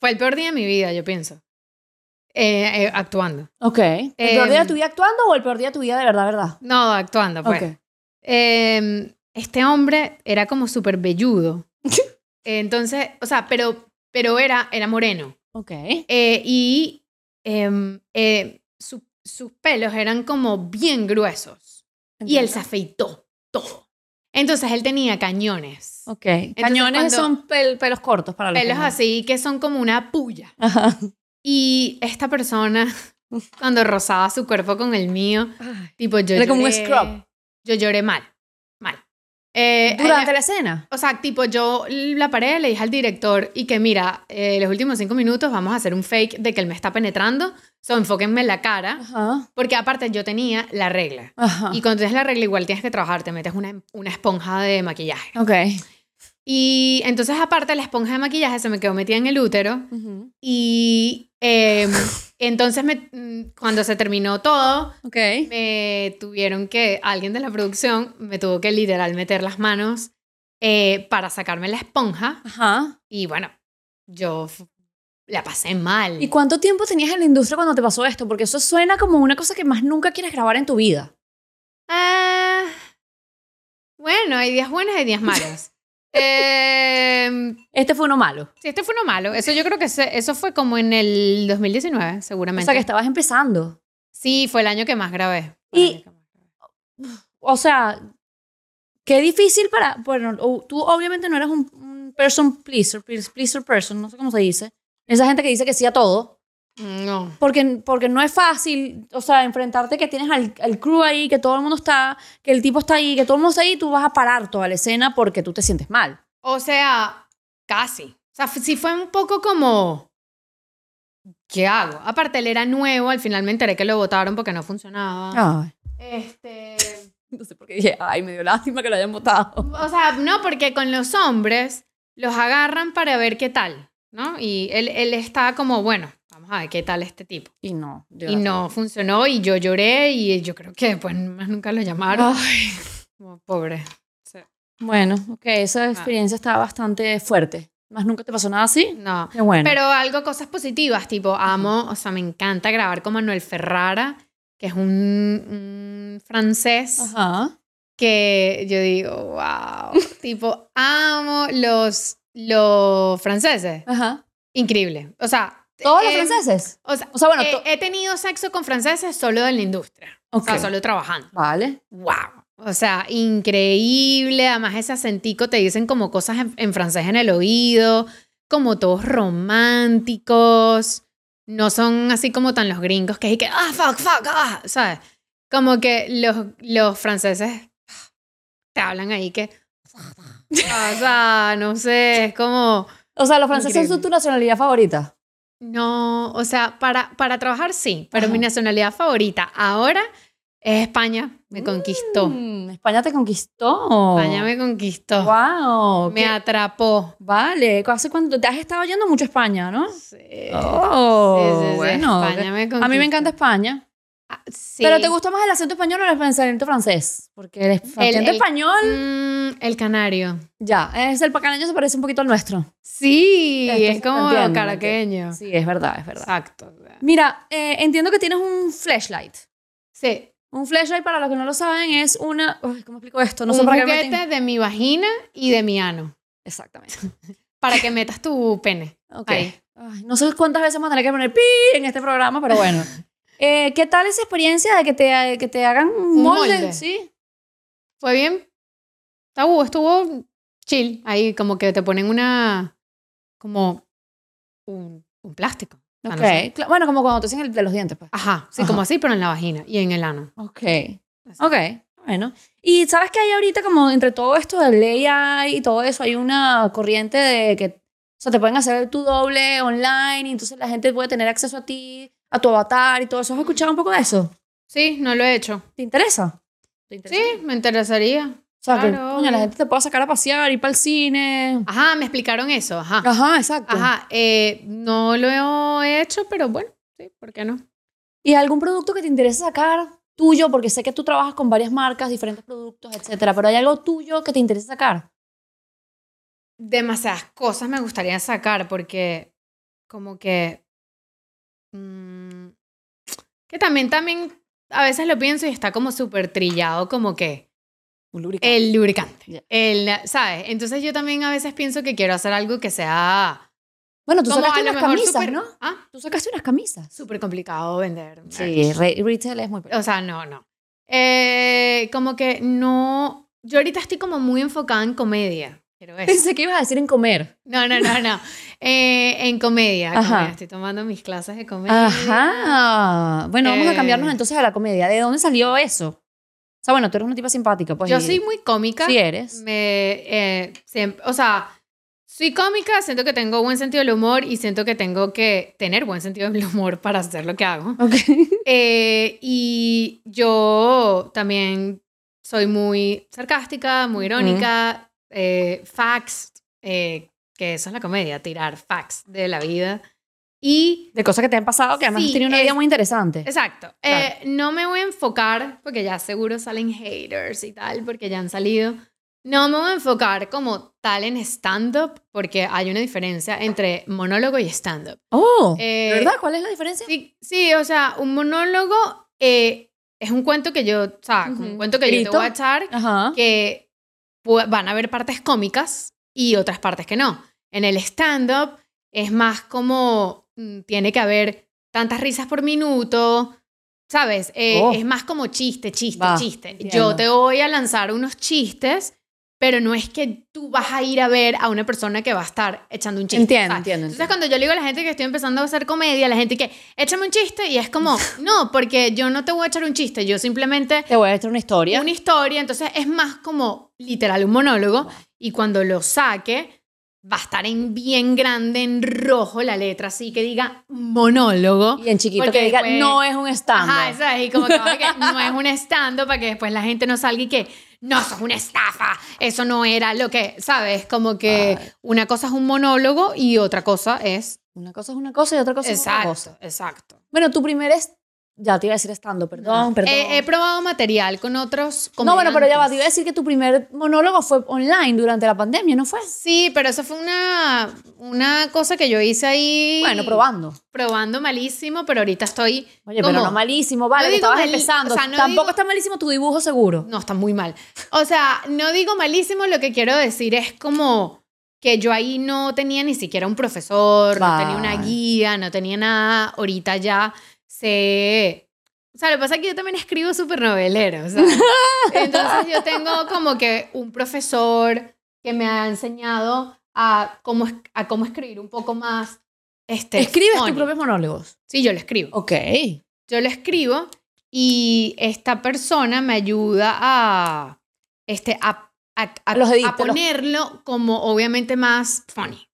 B: fue el peor día de mi vida, yo pienso. Eh, eh, actuando.
A: Ok. Em, ¿El peor día de tu vida actuando o el peor día de tu vida de verdad, verdad?
B: No, actuando, pues.
A: Ok.
B: Em, este hombre era como súper velludo. Entonces, o sea, pero, pero era, era moreno.
A: Ok.
B: Eh, y em, eh, su- sus pelos eran como bien gruesos. Y él se
A: Entiendo.
B: afeitó todo. Entonces él tenía cañones.
A: Ok. Cañones
B: cuando-
A: son pel- pelos cortos para los que
B: Pelos
A: no-
B: así que son como una puya.
A: Ajá.
B: Y esta persona, cuando rozaba su cuerpo con el mío, tipo yo
A: Era como un
B: lloré-
A: scrub.
B: Yo lloré mal, mal. Eh,
A: Durante
B: eh,
A: la escena.
B: o sea, tipo yo la paré, le dije al director y que mira, eh, los últimos cinco minutos vamos a hacer un fake de que él me está penetrando, so enfóquenme en la cara,
A: Ajá.
B: porque aparte yo tenía la regla.
A: Ajá.
B: Y cuando tienes la regla igual tienes que trabajar, te metes una, una esponja de maquillaje.
A: Ok.
B: Y entonces aparte la esponja de maquillaje se me quedó metida en el útero
A: Ujú.
B: y em, entonces me- mm, cuando se terminó todo,
A: Ok.
B: me tuvieron que, alguien de la producción me tuvo que literal meter las manos eh, para sacarme la esponja
A: Ajá.
B: y bueno, yo f- la pasé mal.
A: ¿Y cuánto tiempo tenías en la industria cuando te pasó esto? Porque eso suena como una cosa que más nunca quieres grabar en tu vida.
B: Ah, bueno, hay días buenos y días malos. Em,
A: Este fue uno malo.
B: sí, este fue uno malo. Eso yo creo que se- eso fue como en el 2019,
A: O
B: seguramente.
A: sea, que estabas empezando.
B: Sí, fue el año que más grabé. Fue
A: Y-
B: el año que más grabé.
A: O sea, qué difícil para... Bueno, o- tú obviamente no eres un, un person pleaser, pleas- pleaser person, no sé cómo se dice. Esa gente que dice que sí a todo.
B: No.
A: Porque, porque no es fácil, o sea, enfrentarte que tienes al, al crew ahí, que todo el mundo está, que el tipo está ahí, que todo el mundo está ahí, y tú vas a parar toda la escena porque tú te sientes mal.
B: O sea, casi. O sea, f- sí fue un poco como. ¿Qué hago? Aparte, él era nuevo, al final me enteré que lo votaron porque no funcionaba.
A: Ay.
B: Este.
A: No sé por qué dije, ay, me dio lástima que lo hayan votado.
B: O sea, no, porque con los hombres los agarran para ver qué tal, ¿no? Y él, él estaba como, bueno, vamos a ver qué tal este tipo.
A: Y no. dio
B: Y no funcionó y yo lloré y yo creo que después más nunca lo
A: lástima.
B: llamaron.
A: Ay.
B: Como, Pobre.
A: Bueno, ok,
B: Ah.
A: esa experiencia estaba bastante fuerte. Más nunca te pasó nada así.
B: No.
A: Qué bueno.
B: Pero algo, cosas positivas, tipo, amo, o sea, me encanta grabar con Manuel Ferrara, que es un, un francés
A: Ajá.
B: que yo digo, wow, tipo, amo los, los franceses.
A: Ajá.
B: Increíble. O sea,
A: ¿Todos
B: eh,
A: los franceses?
B: O sea,
A: O sea, bueno,
B: eh,
A: to-
B: he tenido sexo con franceses solo en la industria,
A: Ok.
B: o sea, solo trabajando.
A: Vale.
B: ¡Wow! O sea, increíble. Además, ese acentico te dicen como cosas en, en francés en el oído, como todos románticos. No son así como tan los gringos que es que, ah, fuck, fuck, ah, ¿sabes? Como que los, los franceses ah, te hablan ahí que, "Ah, o sea, no sé, es como,
A: O sea, los franceses son
B: Increíble.
A: tu nacionalidad favorita.
B: no, o sea, para, para trabajar sí, pero
A: Ajá.
B: mi nacionalidad favorita ahora es España, me conquistó.
A: Mm, España te conquistó.
B: España me conquistó.
A: Wow.
B: Me atrapó.
A: Vale. ¿Hace cuánto? Te has estado yendo mucho a España, ¿no?
B: Sí.
A: Ah. Oh,
B: Sí, sí, sí.
A: bueno.
B: España me
A: A mí me
B: conquistó.
A: encanta España.
B: Ah, sí.
A: Pero ¿te gusta más el acento español o el acento francés? Porque el acento
B: el-
A: español,
B: Mm, el canario.
A: ya, es el pacanaño se parece un poquito al nuestro.
B: Sí,
A: Entonces,
B: es como
A: entiendo,
B: lo caraqueño.
A: Sí, es verdad, es verdad.
B: Exacto. o sea.
A: Mira, eh, entiendo que tienes un flashlight.
B: Sí.
A: Un flashlight, para los que no lo saben, es una... Uy, ¿Cómo explico esto? No
B: un
A: sé para qué me
B: juguete
A: metí-
B: de mi vagina y de mi ano.
A: Exactamente.
B: Para que metas tu pene.
A: Ok.
B: Ahí.
A: Ay, no sé cuántas veces vamos a tener que poner pi en este programa, pero bueno. Eh, ¿Qué tal esa experiencia de que te, que te hagan un
B: Un
A: molde?
B: molde.
A: Sí.
B: ¿Fue bien? Estuvo, estuvo chill. Ahí como que te ponen una... Como un, un plástico. O sea,
A: Ok.
B: no sé.
A: Cla- Bueno, como cuando te hacen el de los dientes, pues.
B: Ajá. Sí,
A: Ajá.
B: como así, pero en la vagina y en el ano.
A: Ok. Ok. Bueno. Y sabes que hay ahorita como entre todo esto del AI y todo eso, hay una corriente de que, o sea, te pueden hacer tu doble online y entonces la gente puede tener acceso a ti, a tu avatar y todo eso. ¿Has escuchado un poco de eso?
B: Sí, no lo he hecho.
A: ¿Te interesa? ¿Te interesa?
B: Sí, me interesaría.
A: O sea, que
B: claro,
A: coño, la
B: obvio.
A: gente te pueda sacar a pasear, ir para el cine.
B: Ajá, me explicaron eso, ajá.
A: Ajá, exacto.
B: Ajá, eh, no lo he hecho, pero bueno, sí, ¿por qué no?
A: ¿Y algún producto que te interese sacar tuyo? Porque sé que tú trabajas con varias marcas, diferentes productos, etcétera, pero ¿hay algo tuyo que te interese sacar?
B: demasiadas cosas me gustaría sacar porque como que mm, que también también a veces lo pienso y está como súper trillado como que
A: Un lubricante.
B: el lubricante
A: Ya.
B: el sabes entonces yo también a veces pienso que quiero hacer algo que sea
A: Bueno, tú
B: como
A: sacaste
B: a lo
A: unas
B: mejor
A: camisas,
B: súper-
A: ¿no?
B: ah,
A: Tú sacaste unas camisas.
B: súper complicado vender
A: Sí, re- retail es muy...
B: o sea, no, no. Eh, como que no. Yo ahorita estoy como muy enfocada en comedia. Quiero eso.
A: Pensé que ibas a decir en comer.
B: No, no, no, no. Eh, en comedia,
A: Ajá.
B: comedia. Estoy tomando mis clases de comedia.
A: Ajá. Bueno, vamos a
B: Eh.
A: cambiarnos entonces a la comedia. ¿De dónde salió eso? O sea, bueno, tú eres una tipa simpática, pues.
B: Yo
A: y-
B: soy muy cómica.
A: Sí eres.
B: Me, eh, siempre- o sea, soy cómica, siento que tengo buen sentido del humor y siento que tengo que tener buen sentido del humor para hacer lo que hago.
A: Ok.
B: Eh, y yo también soy muy sarcástica, muy irónica, eh, facts, eh, que eso es la comedia, tirar facts de la vida. Y
A: De cosas que te han pasado, que además
B: Sí,
A: has tenido una
B: es-
A: vida muy interesante.
B: Exacto.
A: Claro.
B: Eh, no me voy a enfocar, porque ya seguro salen haters y tal, porque ya han salido. No me voy a enfocar como tal en stand-up, porque hay una diferencia entre monólogo y stand-up.
A: Oh,
B: Eh,
A: ¿verdad? ¿Cuál es la diferencia?
B: Sí, sí, o sea, un monólogo eh, es un cuento que yo, o sea,
A: Ujú.
B: un cuento que yo
A: Escrito.
B: te voy a echar,
A: Ajá.
B: que pu- van a haber partes cómicas y otras partes que no. En el stand-up es más como mm, tiene que haber tantas risas por minuto, ¿sabes? Eh,
A: Oh.
B: Es más como chiste, chiste,
A: Va,
B: chiste.
A: entiendo.
B: Yo te voy a lanzar unos chistes, pero no es que tú vas a ir a ver a una persona que va a estar echando un chiste.
A: Entiendo,
B: ¿sabes?
A: entiendo,
B: Entonces
A: entiendo.
B: cuando yo le digo a la gente que estoy empezando a hacer comedia, la gente que, échame un chiste, y es como, no, porque yo no te voy a echar un chiste, yo simplemente
A: Te voy a echar una historia.
B: una historia, entonces es más como literal un monólogo y cuando lo saque va a estar en bien grande, en rojo la letra, así que diga monólogo.
A: Y en chiquito
B: Porque
A: que diga,
B: después-
A: no es un stand
B: Ajá, eso es, y como que, oye, que no es un estando para que después la gente no salga y que no, eso es una estafa, eso no era lo que, ¿sabes? Como que
A: Ay.
B: una cosa es un monólogo y otra cosa es...
A: Una cosa es una cosa y otra cosa es otra cosa.
B: Exacto, exacto.
A: Bueno, tu primer es... Ya te iba a decir estando, perdón, perdón.
B: He, he probado material con otros...
A: no, bueno, pero ya va,
B: Eh, comediantes.
A: te iba a decir que tu primer monólogo fue online durante la pandemia, ¿no fue?
B: Sí, pero eso fue una, una cosa que yo hice ahí.
A: Bueno, probando.
B: Probando malísimo, pero ahorita estoy.
A: Oye, pero
B: como-
A: no malísimo, vale,
B: No
A: que
B: digo
A: estabas
B: mali-
A: empezando.
B: o sea, no
A: Tampoco
B: digo-
A: está malísimo tu dibujo seguro.
B: No, está muy mal. O sea, no digo malísimo, lo que quiero decir es como que yo ahí no tenía ni siquiera un profesor, no tenía una
A: Vale.
B: guía, no tenía nada. Ahorita ya sé. O sea, lo que pasa es que yo también escribo súper novelero. o sea. Entonces yo tengo como que un profesor que me ha enseñado a cómo, es- a cómo escribir un poco más. Este,
A: Escribes tus
B: funny.
A: propios monólogos.
B: Sí, yo lo escribo
A: Ok.
B: yo lo escribo y esta persona me ayuda a, este, a, a, a-
A: Los edita,
B: a ponerlo como obviamente más funny.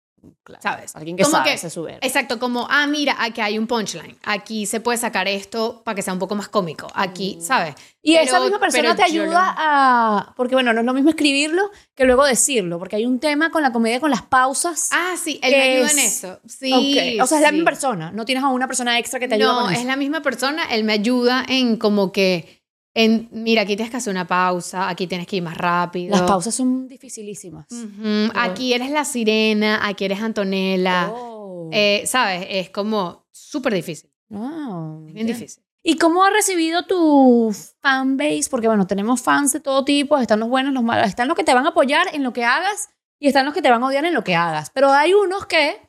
A: Claro.
B: ¿Sabes?
A: Alguien que
B: Como
A: sabe
B: que-
A: se sube.
B: Exacto, como, ah, mira, aquí hay un punchline, aquí se puede sacar esto para que sea un poco más cómico, aquí,
A: Mm.
B: ¿sabes?
A: Y
B: Pero-
A: esa misma persona
B: pero
A: te
B: yo
A: ayuda
B: lo-
A: a... Porque bueno, no es lo mismo escribirlo que luego decirlo, porque hay un tema con la comedia, con las pausas.
B: Ah, sí, él me ayuda en
A: Es-
B: eso. Sí,
A: Ok. O sea, es la
B: sí.
A: misma persona, no tienes a una persona extra que te ayuda
B: No,
A: con
B: es
A: eso.
B: la misma persona, él me ayuda en como que, en, mira, aquí tienes que hacer una pausa, aquí tienes que ir más rápido.
A: Las pausas son dificilísimas.
B: Mm,
A: Pero-
B: Ujú, Aquí eres la sirena, aquí eres Antonella.
A: Oh.
B: Eh, ¿Sabes? Es como súper difícil.
A: Wow.
B: Bien difícil.
A: ¿Y cómo ha recibido tu fanbase? Porque bueno, tenemos fans de todo tipo, están los buenos, los malos, están los que te van a apoyar en lo que hagas y están los que te van a odiar en lo que hagas. Pero hay unos que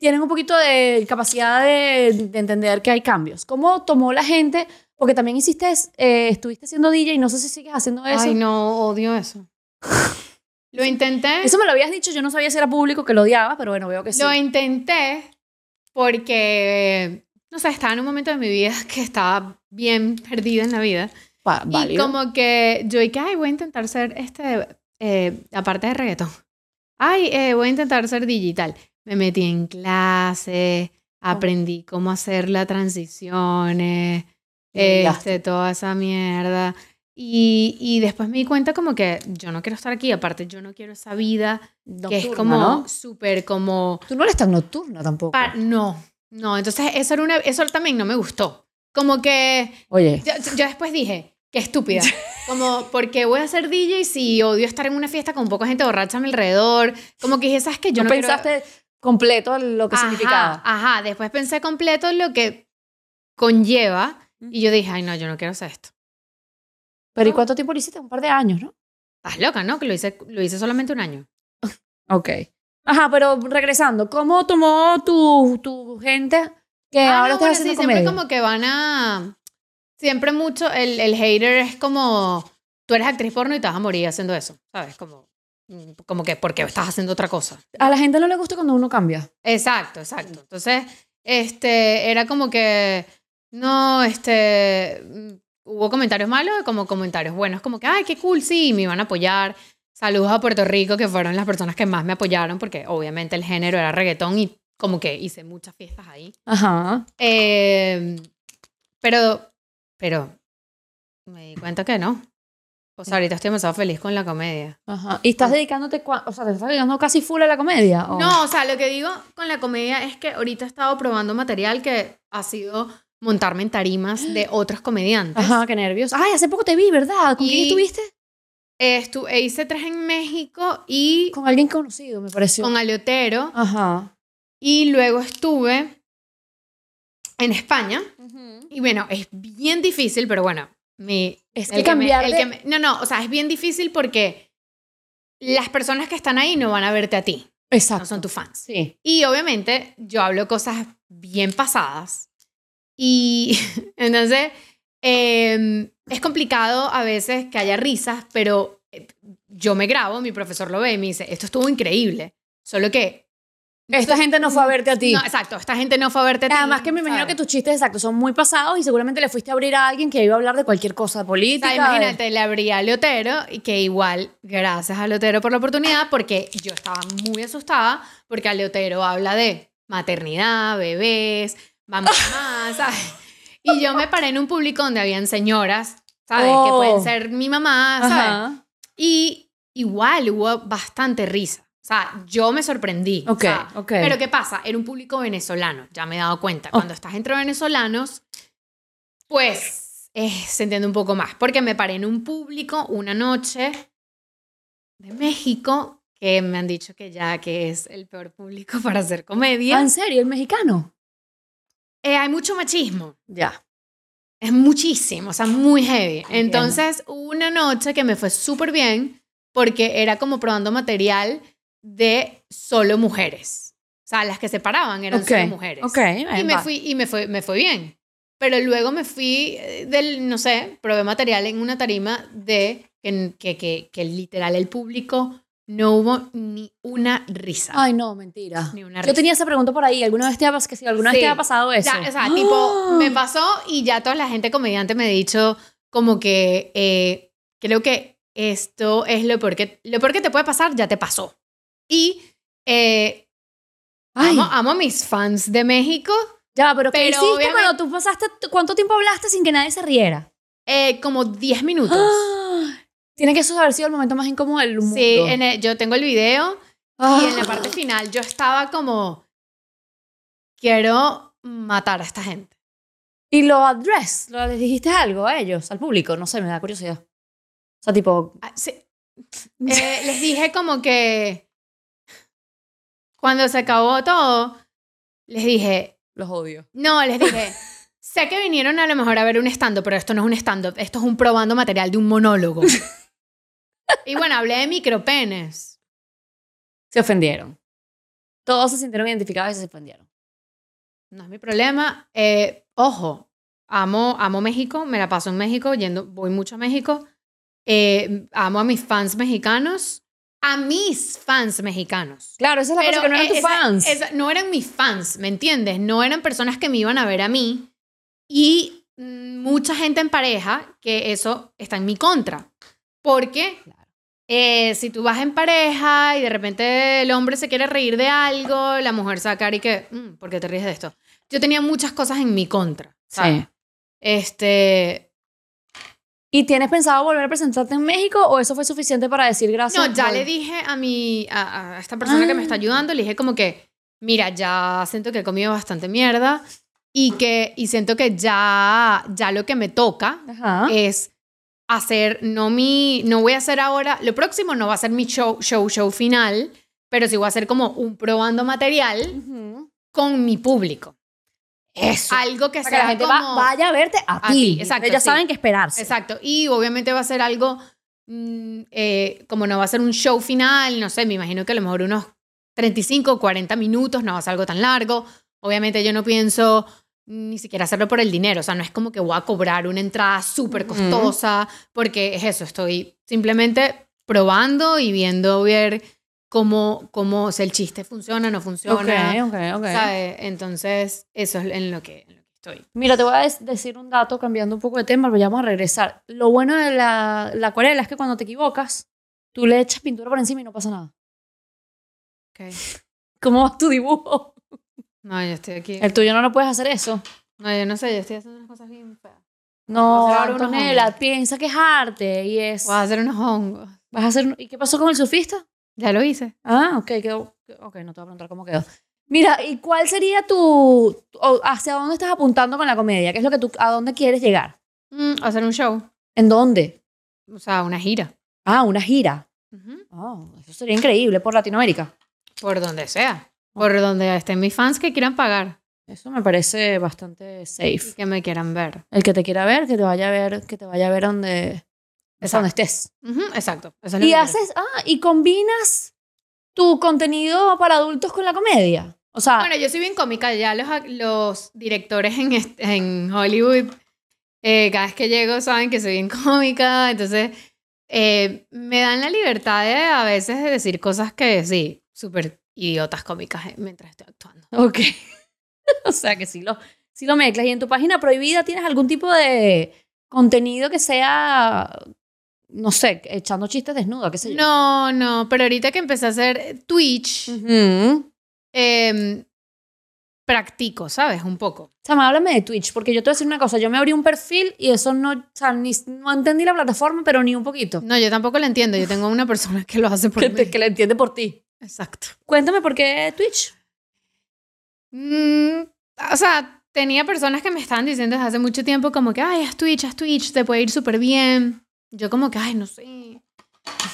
A: tienen un poquito de capacidad de, de entender que hay cambios. ¿Cómo tomó la gente? Porque también hiciste, eh, estuviste haciendo DJ y no sé si sigues haciendo eso.
B: Ay, no, odio eso. Lo intenté.
A: Eso me lo habías dicho, yo no sabía si era público que lo odiaba, pero bueno, veo que sí.
B: Lo intenté porque, no sé, estaba en un momento de mi vida que estaba bien perdida en la vida.
A: pa-
B: Y
A: válido.
B: como que yo dije, ay, voy a intentar ser este, eh, aparte de reggaetón, ay, eh, voy a intentar ser digital. Me metí en clase, aprendí cómo hacer eh, las transiciones,
A: Llegaste.
B: este, toda esa mierda. Y, y después me di cuenta como que yo no quiero estar aquí, aparte yo no quiero esa vida que es
A: Nocturna,
B: como
A: ¿no?
B: súper como...
A: Tú no eres tan nocturna tampoco.
B: pa- no, no, entonces eso, era una, eso también no me gustó. Como que...
A: Oye,
B: Yo, yo después dije, qué estúpida. Como, ¿por qué voy a ser DJ si odio estar en una fiesta con poca gente borracha a mi alrededor? Como que dije, ¿sabes que Yo
A: no,
B: no, quiero-
A: pensaste completo lo que
B: Ajá,
A: significaba.
B: Ajá, después pensé completo lo que conlleva y yo dije, ay, no, yo no quiero hacer esto.
A: Pero ¿y cuánto tiempo lo hiciste? Un par de años, ¿no?
B: Estás loca, ¿no? Que lo hice, lo hice solamente un año.
A: Ok. Ajá, pero regresando, ¿cómo tomó tu, tu gente que
B: Ah,
A: Eh, ahora
B: no,
A: estás
B: bueno,
A: haciendo
B: sí,
A: comedia?
B: siempre como que van a... Siempre mucho, el, el hater es como, tú eres actriz porno y te vas a morir haciendo eso, ¿sabes? Como, mm, como que, ¿por qué estás haciendo otra cosa?
A: A la gente no le gusta cuando uno cambia.
B: Exacto, exacto. Entonces, este, era como que, no, este, mm, hubo comentarios malos como comentarios buenos, como que, ay, qué cool, sí, me iban a apoyar. Saludos a Puerto Rico, que fueron las personas que más me apoyaron, porque obviamente el género era reggaetón y como que hice muchas fiestas ahí.
A: Ajá.
B: Eh, pero, pero, me di cuenta que no. O sea, ahorita estoy demasiado feliz con la comedia.
A: Ajá. ¿Y estás dedicándote, cua- o sea, te estás dedicando casi full a la comedia? o-
B: Ah. No, o sea, lo que digo con la comedia es que ahorita he estado probando material que ha sido montarme en tarimas de otros comediantes.
A: Ajá, qué nervios. Ay, hace poco te vi, ¿verdad? ¿Con quién
B: Y-
A: estuviste?
B: Estu- e hice tres en México y
A: Con alguien conocido, me pareció.
B: con Aleotero.
A: Ajá.
B: Y luego estuve en España. Y bueno, es bien difícil, pero bueno, me,
A: Es que
B: el que me-
A: cambiar
B: el
A: de-
B: que me- no, no, o sea, es bien difícil porque las personas que están ahí no van a verte a ti,
A: Exacto.
B: no son tus fans.
A: Sí.
B: Y obviamente yo hablo cosas bien pasadas. Y entonces eh, es complicado a veces que haya risas, pero eh, yo me grabo, mi profesor lo ve y me dice, esto estuvo increíble. Solo que...
A: Esta gente no fue a verte a ti.
B: No, exacto, esta gente no fue a verte. a ti,
A: Además que me imagino
B: ¿sabes?
A: que tus chistes exactos son muy pasados y seguramente le fuiste a abrir a alguien que iba a hablar de cualquier cosa
B: O sea,
A: política.
B: imagínate, le abrí a Leotero y que igual, gracias a Leotero por la oportunidad, porque yo estaba muy asustada, porque Leotero habla de maternidad, bebés, mamá, mamá, ¿sabes? Y yo me paré en un público donde habían señoras, ¿sabes? Que
A: Oh.
B: pueden ser mi mamá, ¿sabes?
A: Ajá.
B: Y igual hubo bastante risa. O sea, yo me sorprendí.
A: Ok,
B: o sea,
A: ok. Oh.
B: Pero ¿qué pasa? Era un público venezolano, ya me he dado cuenta. Cuando estás entre venezolanos, pues eh, se entiende un poco más. Porque me paré en un público una noche de México que me han dicho que ya que es el peor público para hacer
A: Ah,
B: comedia.
A: ¿En serio? ¿El mexicano?
B: Eh, hay mucho machismo.
A: Ya.
B: Es muchísimo, o sea, muy heavy.
A: Entiendo.
B: Entonces, hubo una noche que me fue súper bien porque era como probando material de solo mujeres. O sea, las que se paraban eran
A: Ok,
B: solo mujeres.
A: Ok.
B: Y
A: ahí
B: me
A: va.
B: fui y me fue, me fue bien. Pero luego me fui eh, del, no sé, probé material en una tarima de que, que, que, que literal el público no hubo ni una risa.
A: Ay, no, mentira.
B: Ni una
A: Yo
B: risa.
A: tenía esa pregunta por ahí. ¿Alguna vez te ha, pas- que si alguna vez
B: Sí.
A: te ha pasado eso?
B: Ya, o sea, tipo,
A: ¡Ah!
B: me pasó y ya toda la gente comediante me ha dicho como que eh, creo que esto es lo peor que, lo peor que te puede pasar, ya te pasó. Y eh,
A: Ay,
B: amo, amo a mis fans de México,
A: ya, pero ¿qué
B: pero
A: hiciste
B: obviamente-
A: cuando tú pasaste? ¿Cuánto tiempo hablaste sin que nadie se riera?
B: eh, como 10 minutos.
A: ¡Ah! Tiene que eso haber sido el momento más incómodo del mundo.
B: Sí, en el- yo tengo el video
A: Ah.
B: y en la parte final yo estaba como, quiero matar a esta gente.
A: Y lo address, lo, les dijiste algo a ellos, al público, no sé, me da curiosidad. O sea, tipo,
B: Ah, sí. Eh, les dije como que cuando se acabó todo, les dije,
A: los odio.
B: no, les dije, sé que vinieron a lo mejor a ver un stand-up, pero esto no es un stand-up, esto es un probando material de un monólogo. y bueno, hablé de micropenes.
A: Se ofendieron. Todos se sintieron identificados y se ofendieron.
B: No es mi problema. Eh, ojo, amo, amo México, me la paso en México, yendo, voy mucho a México. Eh, amo a mis fans mexicanos, a mis fans mexicanos.
A: Claro, esa es la cosa que no eran
B: eh,
A: tus
B: esa-
A: fans.
B: esa- no eran mis fans, ¿me entiendes? No eran personas que me iban a ver a mí. Y mm, mucha gente en pareja que eso está en mi contra. Porque eh, si tú vas en pareja y de repente el hombre se quiere reír de algo, la mujer sacar y que, "Mm, ¿por qué te ríes de esto? Yo tenía muchas cosas en mi contra. ¿sabes?
A: Sí.
B: Este,
A: ¿Y tienes pensado volver a presentarte en México o eso fue suficiente para decir gracias?
B: No, ya
A: voy?
B: le dije a mi a, a esta persona que me está
A: Ah.
B: ayudando, le dije como que, mira, ya siento que he comido bastante mierda y que y siento que ya ya lo que me toca
A: Ajá.
B: es hacer no mi no voy a hacer ahora, lo próximo no va a ser mi show show show final, pero sí voy a hacer como un probando material
A: Ujú.
B: con mi público.
A: Eso.
B: Algo que
A: para que
B: sea
A: la gente
B: como
A: va- vaya a verte a,
B: a
A: ti.
B: ti, exacto,
A: Ellos
B: sí.
A: saben que esperarse.
B: Exacto. Y obviamente va a ser algo, mm, eh, como no va a ser un show final, no sé, me imagino que a lo mejor unos 35 o 40 minutos, no va a ser algo tan largo. Obviamente yo no pienso ni siquiera hacerlo por el dinero, o sea, no es como que voy a cobrar una entrada súper
A: Ujú.
B: costosa, porque es eso, estoy simplemente probando y viendo ver cómo, cómo o sea, el chiste funciona, no funciona.
A: ok, ok.
B: ¿sabe? Entonces, eso es en lo que, en lo que estoy.
A: Mira, te voy a des- decir un dato cambiando un poco de tema, pero ya vamos a regresar. Lo bueno de la, la acuarela es que cuando te equivocas, tú le echas pintura por encima y no pasa nada. ¿Cómo va tu dibujo?
B: No, yo estoy aquí.
A: El tuyo no lo puedes hacer eso.
B: No, yo no sé, yo estoy haciendo unas cosas bien feas.
A: No,
B: Vamos a hacer ahora unos
A: Antonella,
B: hombres.
A: piensa que es arte y es...
B: Voy a hacer unos hongos.
A: Vas a hacer... ¿Y qué pasó con el surfista?
B: Ya lo hice.
A: Ah, ok, quedó... Ok, no te voy a preguntar cómo quedó. Mira, ¿y cuál sería tu... o hacia dónde estás apuntando con la comedia? ¿Qué es lo que tú... ¿A dónde quieres llegar?
B: Mm, hacer un show.
A: ¿En dónde?
B: O sea, una gira.
A: Ah, una gira. Oh, eso sería increíble por Latinoamérica.
B: Por donde sea. Por donde estén mis fans que quieran pagar
A: Eso me parece bastante
B: y
A: safe.
B: que me quieran ver.
A: El que te quiera ver, que te vaya a ver, que te vaya a ver donde, o sea, donde estés.
B: Ujú, exacto. Eso es lo
A: Y
B: que
A: haces, ah, y combinas tu contenido para adultos con la comedia. O sea,
B: quiero. Bueno, yo soy bien cómica. Ya los, ac- los directores en, est- en Hollywood, eh, cada vez que llego, saben que soy bien cómica. Entonces, eh, me dan la libertad de a veces de decir cosas que sí, súper idiotas cómicas eh, mientras estoy actuando.
A: ok. o sea que sí lo, sí lo mezclas. Y en tu página prohibida tienes algún tipo de contenido que sea, no sé, echando chistes desnuda, qué sé yo.
B: No, no, pero ahorita que empecé a hacer Twitch,
A: Ujú.
B: em, practico, ¿sabes? Un poco.
A: Chama, háblame de Twitch, porque yo te voy a decir una cosa. Yo me abrí un perfil y eso no, o sea, ni, no entendí la plataforma, pero ni un poquito.
B: No, yo tampoco lo entiendo. Yo tengo una persona que lo hace por
A: Que,
B: mí.
A: te- que la entiende por ti.
B: Exacto.
A: Cuéntame por qué Twitch.
B: Mm, o sea, tenía personas que me estaban diciendo desde hace mucho tiempo como que, ay, haz Twitch, haz Twitch, te puede ir súper bien. Yo como que, ay, no sé,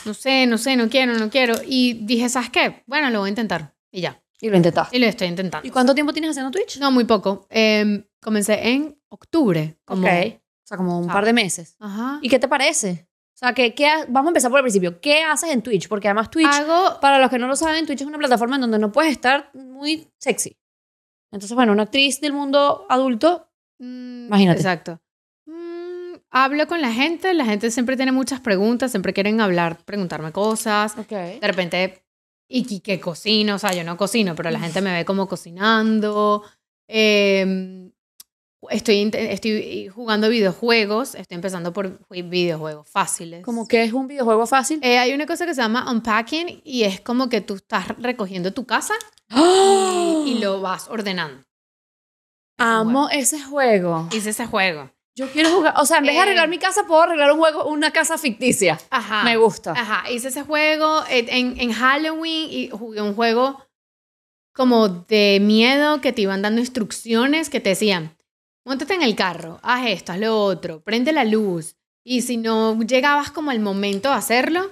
B: no sé, no sé, no quiero, no quiero. Y dije, ¿sabes qué? Bueno, lo voy a intentar. Y ya.
A: Y lo intentaste.
B: Y lo estoy intentando.
A: ¿Y cuánto tiempo tienes haciendo Twitch?
B: No, muy poco. Em, comencé en octubre. Como,
A: Ok. O sea, como un
B: Ah.
A: par de meses.
B: Ajá.
A: ¿Y qué te parece? O sea, que, que ha- vamos a empezar por el principio. ¿Qué haces en Twitch? Porque además Twitch,
B: Hago,
A: para los que no lo saben, Twitch es una plataforma en donde no puedes estar muy sexy. Entonces, bueno, una actriz del mundo adulto.
B: mm,
A: Imagínate.
B: Exacto. Mm, hablo con la gente, la gente siempre tiene muchas preguntas, siempre quieren hablar, preguntarme cosas.
A: Ok.
B: De repente, y que- que cocino, o sea, yo no cocino, pero la gente me ve como cocinando. Em, estoy, int- estoy jugando videojuegos, estoy empezando por ju- videojuegos fáciles.
A: Como que es un videojuego fácil.
B: Eh, hay una cosa que se llama unpacking y es como que tú estás recogiendo tu casa y, y lo vas ordenando.
A: ¡Ah! Amo ese juego.
B: Hice ese juego.
A: Yo quiero jugar. O sea, en vez de
B: Eh.
A: arreglar mi casa, puedo arreglar un juego, una casa ficticia.
B: Ajá.
A: Me gusta.
B: Ajá, hice ese juego eh, en, en Halloween y jugué un juego como de miedo que te iban dando instrucciones que te decían, montate en el carro, haz esto, haz lo otro, prende la luz. Y si no llegabas como al momento de hacerlo,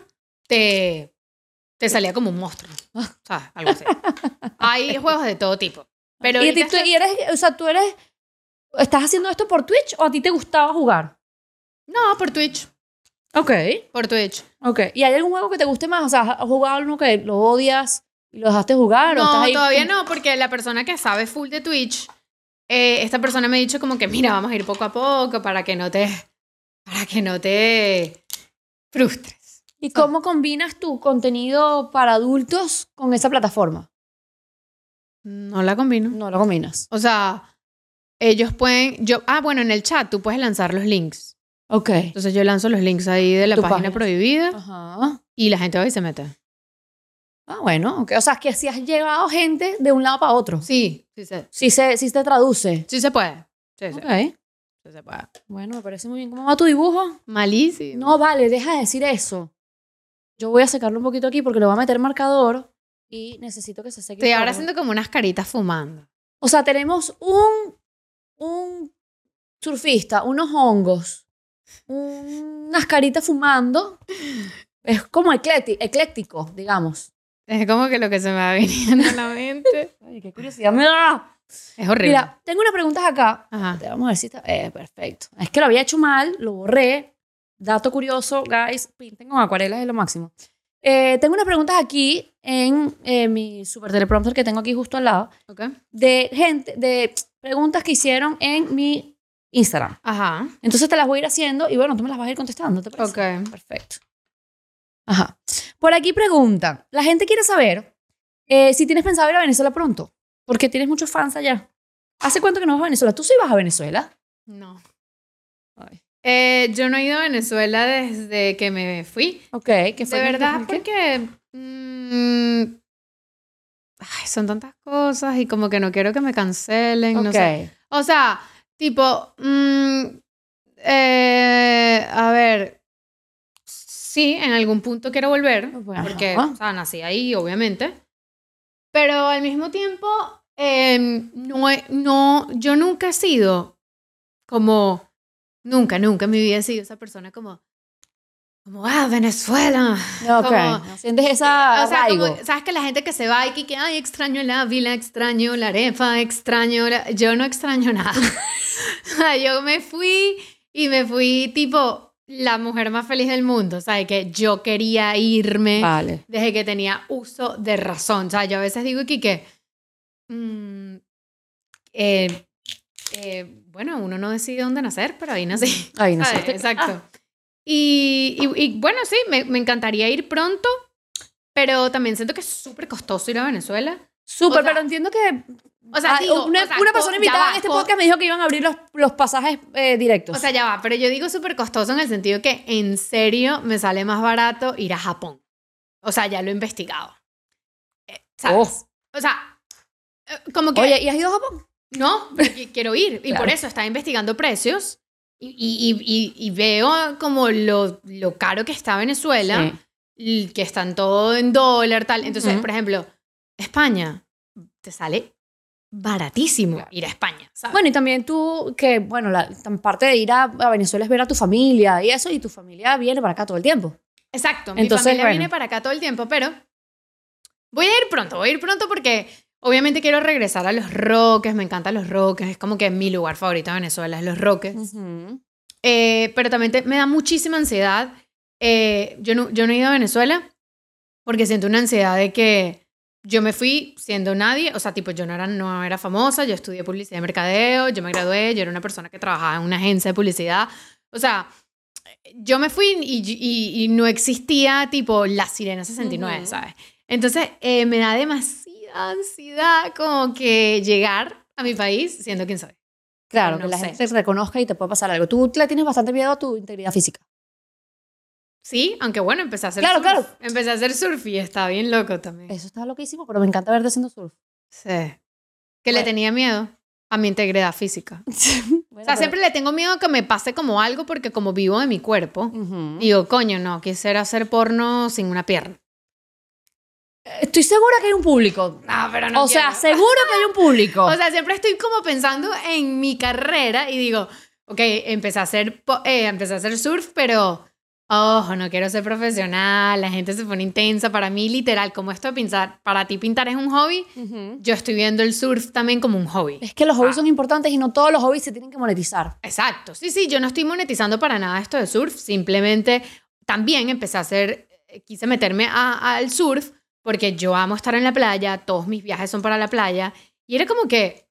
B: te, te salía como un monstruo. ¿Sabes? Algo así. Hay juegos de todo tipo. Pero
A: y, a ti-
B: ahorita
A: tú,
B: estoy-
A: y eres, o sea, tú eres, ¿estás haciendo esto por Twitch o a ti te gustaba jugar?
B: No, por Twitch.
A: Ok,
B: Por Twitch.
A: ok. ¿Y hay algún juego que te guste más? O sea, ¿has jugado alguno que lo odias y lo dejaste jugar? o
B: no,
A: estás ahí-
B: todavía no, porque la persona que sabe full de Twitch, eh, esta persona me ha dicho como que, mira, vamos a ir poco a poco para que no te, para que no te frustres.
A: ¿Y cómo combinas tu contenido para adultos con esa plataforma?
B: No la combino.
A: No lo combinas.
B: O sea, ellos pueden, yo, ah, bueno, en el chat tú puedes lanzar los links.
A: Ok.
B: Entonces yo lanzo los links ahí de la
A: Tu
B: página
A: página.
B: prohibida
A: Ajá.
B: y la gente va y se mete.
A: Ah, bueno. ok. O sea, que si has llevado gente de un lado para otro.
B: Sí, sí se,
A: Si se, si te traduce.
B: sí se puede. Sí, sí,
A: Ok.
B: sí se puede.
A: Bueno, me parece muy bien. ¿Cómo va tu dibujo?
B: Malísimo.
A: No, vale, deja de decir eso. Yo voy a secarlo un poquito aquí porque le voy a meter marcador y necesito que se seque.
B: Estoy ahora
A: todo.
B: haciendo como unas caritas fumando.
A: O sea, tenemos un, un surfista, unos hongos, unas caritas fumando. Es como eclécti- ecléctico, digamos.
B: Es como que lo que se me va viniendo a la mente.
A: Ay, qué curiosidad me da.
B: Es horrible.
A: Mira, tengo unas preguntas acá.
B: Ajá.
A: Vamos a ver si está... eh, perfecto. Es que lo había hecho mal, lo borré. Dato curioso, guys, pinten con acuarelas es lo máximo. Eh, tengo unas preguntas aquí en eh, mi super teleprompter que tengo aquí justo al lado
B: Ok.
A: de gente, de preguntas que hicieron en mi Instagram.
B: Ajá.
A: Entonces te las voy a ir haciendo y bueno, tú me las vas a ir contestando, ¿te parece?
B: Ok.
A: Perfecto. Ajá. Por aquí preguntan, la gente quiere saber eh, si tienes pensado ir a Venezuela pronto, porque tienes muchos fans allá. ¿Hace cuánto que no vas a Venezuela? ¿Tú sí vas a Venezuela?
B: No.
A: Ay.
B: Eh, yo no he ido a Venezuela desde que me fui.
A: Ok, que fue
B: De este
A: en el
B: verdad,
A: 2000
B: pues,
A: qué?
B: porque mm, ay, son tantas cosas y como que no quiero que me cancelen. No
A: Ok.
B: sé. O sea, tipo, mm, eh, a ver, sí, en algún punto quiero volver,
A: Bueno,
B: porque
A: ajá.
B: o sea, nací ahí, obviamente, pero al mismo tiempo, em, no, he- no, yo nunca he sido como, nunca, nunca en mi vida he sido esa persona como, como, ah, Venezuela.
A: Ok.
B: Como-
A: ¿No sientes esa
B: O sea, como,
A: arraigo?
B: sabes que la gente que se va y que, ay, extraño la vila, extraño la arepa, extraño la... Yo no extraño nada. O sea, yo me fui y me fui tipo la mujer más feliz del mundo, ¿sabes? Que yo quería irme
A: Vale.
B: desde que tenía uso de razón. O sea, yo a veces digo aquí que, mm, eh, eh, bueno, uno no decide dónde nacer, pero ahí nací.
A: Ahí no
B: ¿sabes?
A: sé.
B: Exacto. Y, y- y, bueno, sí, me, me encantaría ir pronto, pero también siento que es súper costoso ir a Venezuela.
A: Súper,
B: o sea-
A: pero entiendo que...
B: O sea,
A: Ah,
B: digo,
A: una,
B: o sea,
A: una
B: co-
A: persona
B: ya
A: invitada
B: va,
A: en este
B: co-
A: podcast me dijo que iban a abrir los, los pasajes eh, directos.
B: O sea, ya va, pero yo digo súper costoso en el sentido que en serio me sale más barato ir a Japón. O sea, ya lo he investigado. Eh,
A: Oh.
B: ¿Sabes? O sea, eh, como que...
A: Oye, ¿y has ido a Japón?
B: No, porque quiero ir. Y
A: Claro.
B: por eso estaba investigando precios y, y- y- y- y veo como lo, lo caro que está Venezuela, y que están todo en dólar, tal. Entonces,
A: Ujú.
B: por ejemplo, España te sale baratísimo ir a España. ¿sabes?
A: Bueno, y también tú, que bueno, la tan parte de ir a, a Venezuela es ver a tu familia y eso, y tu familia viene para acá todo el tiempo.
B: Exacto, mi
A: Entonces,
B: familia
A: bueno.
B: viene para acá todo el tiempo, pero voy a ir pronto, voy a ir pronto porque obviamente quiero regresar a los Roques, me encantan los Roques, es como que mi lugar favorito de Venezuela es los Roques. Eh, pero también te- me da muchísima ansiedad. Eh, yo, no, yo no he ido a Venezuela porque siento una ansiedad de que yo me fui siendo nadie, o sea, tipo, yo no era, no era famosa, yo estudié publicidad y mercadeo, yo me gradué, yo era una persona que trabajaba en una agencia de publicidad, o sea, yo me fui y, y- y no existía tipo La Sirena 69,
A: Ujú.
B: ¿sabes? Entonces, eh, me da demasiada ansiedad como que llegar a mi país siendo quien soy.
A: Claro,
B: No
A: que la
B: sé.
A: gente te reconozca y te puede pasar algo. Tú le tienes bastante miedo a tu integridad física.
B: Sí, aunque bueno, empecé a hacer
A: Claro,
B: surf.
A: claro. Eh,
B: Empecé a hacer surf y estaba bien loco también.
A: Eso está loquísimo, pero me encanta verte haciendo surf.
B: Sí. Que le
A: Bueno.
B: tenía miedo a mi integridad física. O sea, siempre le tengo miedo que me pase como algo porque como vivo de mi cuerpo, digo, coño, no, quisiera hacer porno sin una pierna.
A: Estoy segura que hay un público.
B: No, pero
A: o sea, seguro que hay un público.
B: O sea, siempre estoy como pensando en mi carrera y digo, ok, empecé a hacer, po- eh, empecé a hacer surf, pero ojo, no quiero ser profesional, la gente se pone intensa. Para mí, literal, como esto de pintar, para ti pintar es un hobby,
A: Ujú.
B: yo estoy viendo el surf también como un hobby.
A: Es que los
B: Ah.
A: hobbies son importantes y no todos los hobbies se tienen que monetizar.
B: Exacto, sí, sí, yo no estoy monetizando para nada esto de surf, simplemente también empecé a hacer, eh, quise meterme a- al surf porque yo amo estar en la playa, todos mis viajes son para la playa y era como que,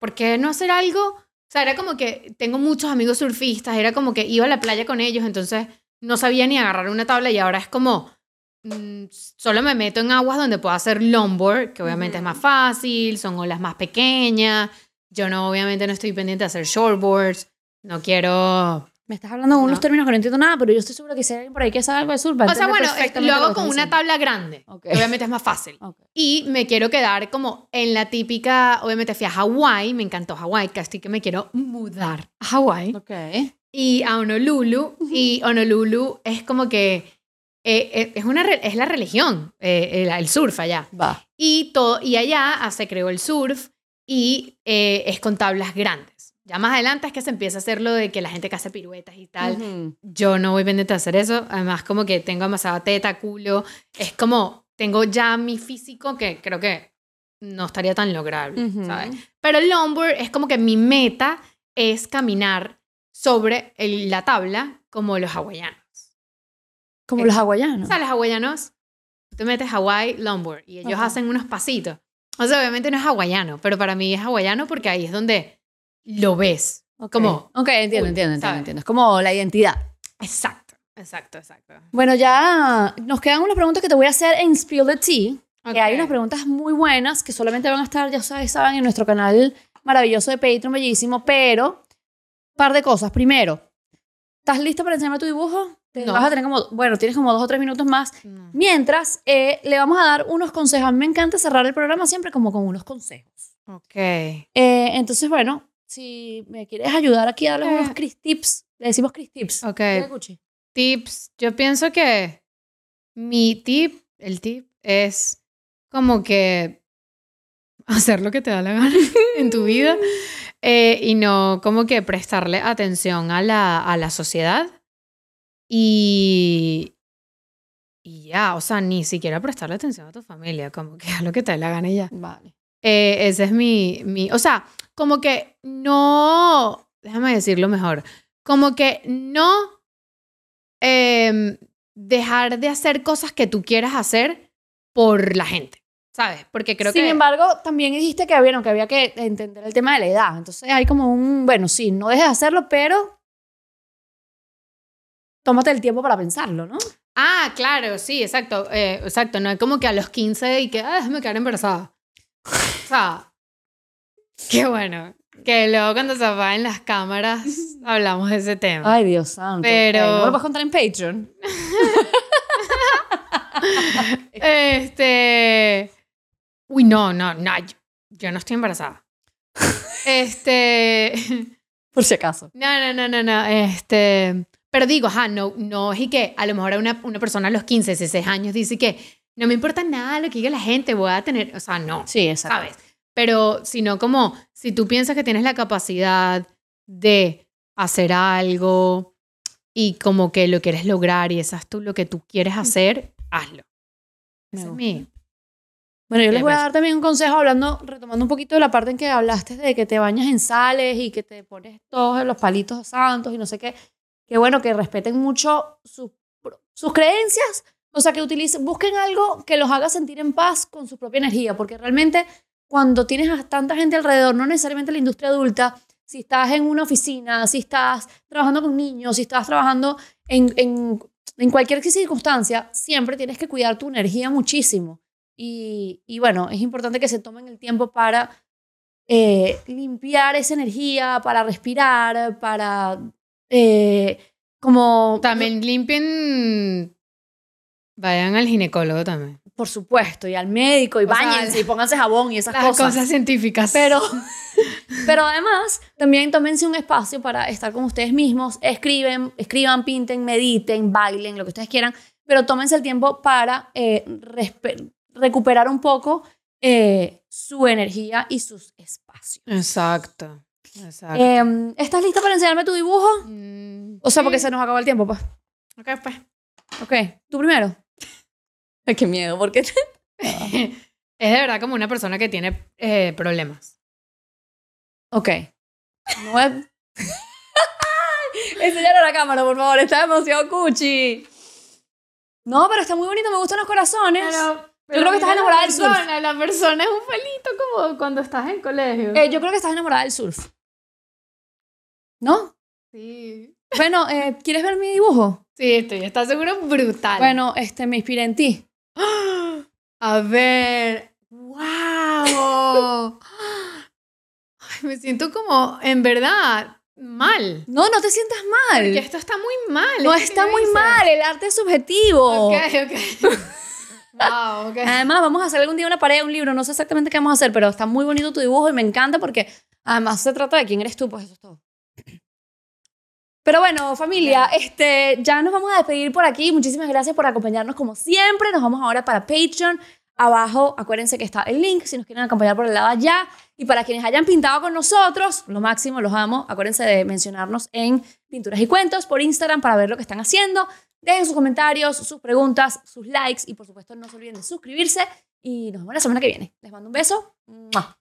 B: ¿por qué no hacer algo? O sea, era como que tengo muchos amigos surfistas, era como que iba a la playa con ellos, entonces no sabía ni agarrar una tabla y ahora es como, mm, solo me meto en aguas donde puedo hacer longboard, que obviamente es más fácil, son olas más pequeñas, Yo no, obviamente no estoy pendiente de hacer shortboards. No quiero...
A: Me estás hablando de unos
B: No.
A: términos que no entiendo nada, pero yo estoy segura que si hay alguien por ahí que sabe algo de surf, va a
B: O sea,
A: entender
B: bueno, eh,
A: perfectamente
B: lo
A: que
B: hago con
A: estás
B: una
A: diciendo.
B: tabla grande.
A: Ok.
B: que Obviamente es más fácil.
A: Ok.
B: Y me quiero quedar como en la típica, obviamente fui a Hawái, me encantó Hawái, casi que me quiero mudar a Hawái.
A: Ok.
B: Y a Honolulu, y Honolulu es como que eh, eh, es, una, re- es la religión, eh, el, el surf allá.
A: Va.
B: Y, todo, y allá ah, se creó el surf y eh, es con tablas grandes. Ya más adelante es que se empieza a hacer lo de que la gente que hace piruetas y tal.
A: Ujú.
B: Yo no voy pendiente a hacer eso. Además, como que tengo demasiada teta, culo. Es como, tengo ya mi físico que creo que no estaría tan lograble,
A: Ujú.
B: ¿sabes? Pero el longboard es como que mi meta es caminar sobre el- la tabla como los hawaianos.
A: Como
B: Eh,
A: los
B: O
A: hawaianos.
B: sea, los hawaianos, tú te metes Hawaii longboard y ellos
A: Ajá.
B: hacen unos pasitos. O sea, obviamente no es hawaiano, pero para mí es hawaiano porque ahí es donde lo ves.
A: Ok.
B: como-
A: Ok, entiendo,
B: Uy,
A: entiendo, entiendo,
B: ¿sabes?
A: entiendo. Es como la identidad.
B: Exacto, exacto, exacto.
A: Bueno, ya nos quedan unas preguntas que te voy a hacer en Spill the Tea. Que Eh, hay
B: Ok.
A: unas preguntas muy buenas que solamente van a estar, ya ustedes saben, en nuestro canal maravilloso de Patreon, bellísimo. Pero, par de cosas. Primero, ¿estás lista para enseñarme tu dibujo? Te-
B: No.
A: Vas a tener como, bueno, tienes como dos o tres minutos más.
B: No.
A: Mientras, eh, le vamos a dar unos consejos. A mí me encanta cerrar el programa siempre como con unos consejos.
B: Ok.
A: Eh, entonces, bueno, si me quieres ayudar aquí a darle
B: Eh.
A: unos Chris tips, le decimos Chris tips.
B: Ok,
A: Dale, Cuchi.
B: tips. Yo pienso que mi tip, el tip es como que hacer lo que te da la gana en tu vida eh, y no como que prestarle atención a la, a la sociedad y, y ya, o sea, ni siquiera prestarle atención a tu familia, como que haz lo que te dé la gana y ya.
A: Vale.
B: Eh, ese es mi, mi, o sea, como que no, déjame decirlo mejor, como que no em, dejar de hacer cosas que tú quieras hacer por la gente, ¿sabes? Porque creo
A: Sin
B: que...
A: embargo, también dijiste que, bueno, que había que entender el tema de la edad. Entonces hay como un, bueno, sí, no dejes de hacerlo, pero tómate el tiempo para pensarlo, ¿no?
B: Ah, claro, sí, exacto, eh, exacto, no es como que a los 15 y que, ah, déjame quedar embarazada. O sea, qué bueno, que luego cuando se apaguen las cámaras hablamos de ese tema.
A: Ay, Dios santo.
B: Pero-
A: Ok, ¿no me lo puedes contar en Patreon?
B: Este. Uy, no, no, no. Yo, yo no estoy embarazada. Este.
A: Por si acaso.
B: No, no, no, no, no. Este. Pero digo, ajá, no, no es y que a lo mejor a una, una persona a los 15, 16 años dice que no me importa nada lo que diga la gente, voy a tener. O sea, no.
A: Sí, exacto.
B: ¿sabes? Pero sino como si tú piensas que tienes la capacidad de hacer algo y como que lo quieres lograr y esa es tú lo que tú quieres hacer, hazlo.
A: Me
B: Ese es
A: gusta.
B: mi-
A: Bueno, yo les
B: Me
A: voy a
B: parece.
A: dar también un consejo hablando, retomando un poquito de la parte en que hablaste de que te bañas en sales y que te pones todos los palitos santos y no sé qué. Que bueno, que respeten mucho sus, pro- sus creencias. O sea, que utilicen, busquen algo que los haga sentir en paz con su propia energía. Porque realmente cuando tienes a tanta gente alrededor, no necesariamente la industria adulta, si estás en una oficina, si estás trabajando con niños, si estás trabajando en, en, en cualquier circunstancia, siempre tienes que cuidar tu energía muchísimo. Y, y bueno, es importante que se tomen el tiempo para eh, limpiar esa energía, para respirar, para eh, como...
B: También limpien. Vayan al ginecólogo también.
A: Por supuesto, y al médico, y
B: O sea,
A: bañense, y pónganse jabón y esas
B: Las cosas, científicas.
A: Pero, pero además, también tómense un espacio para estar con ustedes mismos. Escriben, escriban, pinten, mediten, bailen, lo que ustedes quieran. Pero tómense el tiempo para eh, respe- recuperar un poco eh, su energía y sus espacios.
B: Exacto. Exacto.
A: Eh, ¿Estás lista para enseñarme tu dibujo?
B: Mm,
A: O sea, porque
B: sí.
A: se nos acabó el tiempo, pues.
B: Ok, pues.
A: Ok, tú primero. Ay, qué miedo, porque...
B: es de verdad como una persona que tiene eh, problemas.
A: Ok. No voy a- Enseñalo a la cámara, por favor. Está demasiado cuchi. No, pero está muy bonito. Me gustan los corazones. pero creo que estás
B: mira
A: enamorada
B: la
A: del surf.
B: persona, La persona es un pelito como cuando estás en colegio.
A: Eh, yo creo que estás enamorada del surf. ¿No?
B: sí.
A: Bueno, eh, ¿quieres ver mi dibujo?
B: Sí, estoy, está seguro brutal.
A: Bueno, este, me inspiré en ti.
B: ¡Ah! A ver. ¡Wow! me siento como, en verdad, mal.
A: No, no te sientas mal.
B: Porque esto está muy mal.
A: No
B: es lo que
A: está
B: yo
A: muy
B: hice.
A: mal, el arte es subjetivo.
B: Ok, ok. wow, ok.
A: Además, vamos a hacer algún día una pared, un libro, no sé exactamente qué vamos a hacer, pero está muy bonito tu dibujo y me encanta porque además se trata de quién eres tú, pues eso es todo. Pero bueno, familia, este, ya nos vamos a despedir por aquí. Muchísimas gracias por acompañarnos como siempre. Nos vamos ahora para Patreon. Abajo, acuérdense que está el link si nos quieren acompañar por el lado allá. Y para quienes hayan pintado con nosotros, lo máximo, los amo. Acuérdense de mencionarnos en Pinturas y Cuentos por Instagram para ver lo que están haciendo. Dejen sus comentarios, sus preguntas, sus likes y por supuesto no se olviden de suscribirse y nos vemos la semana que viene. Les mando un beso. ¡Mua!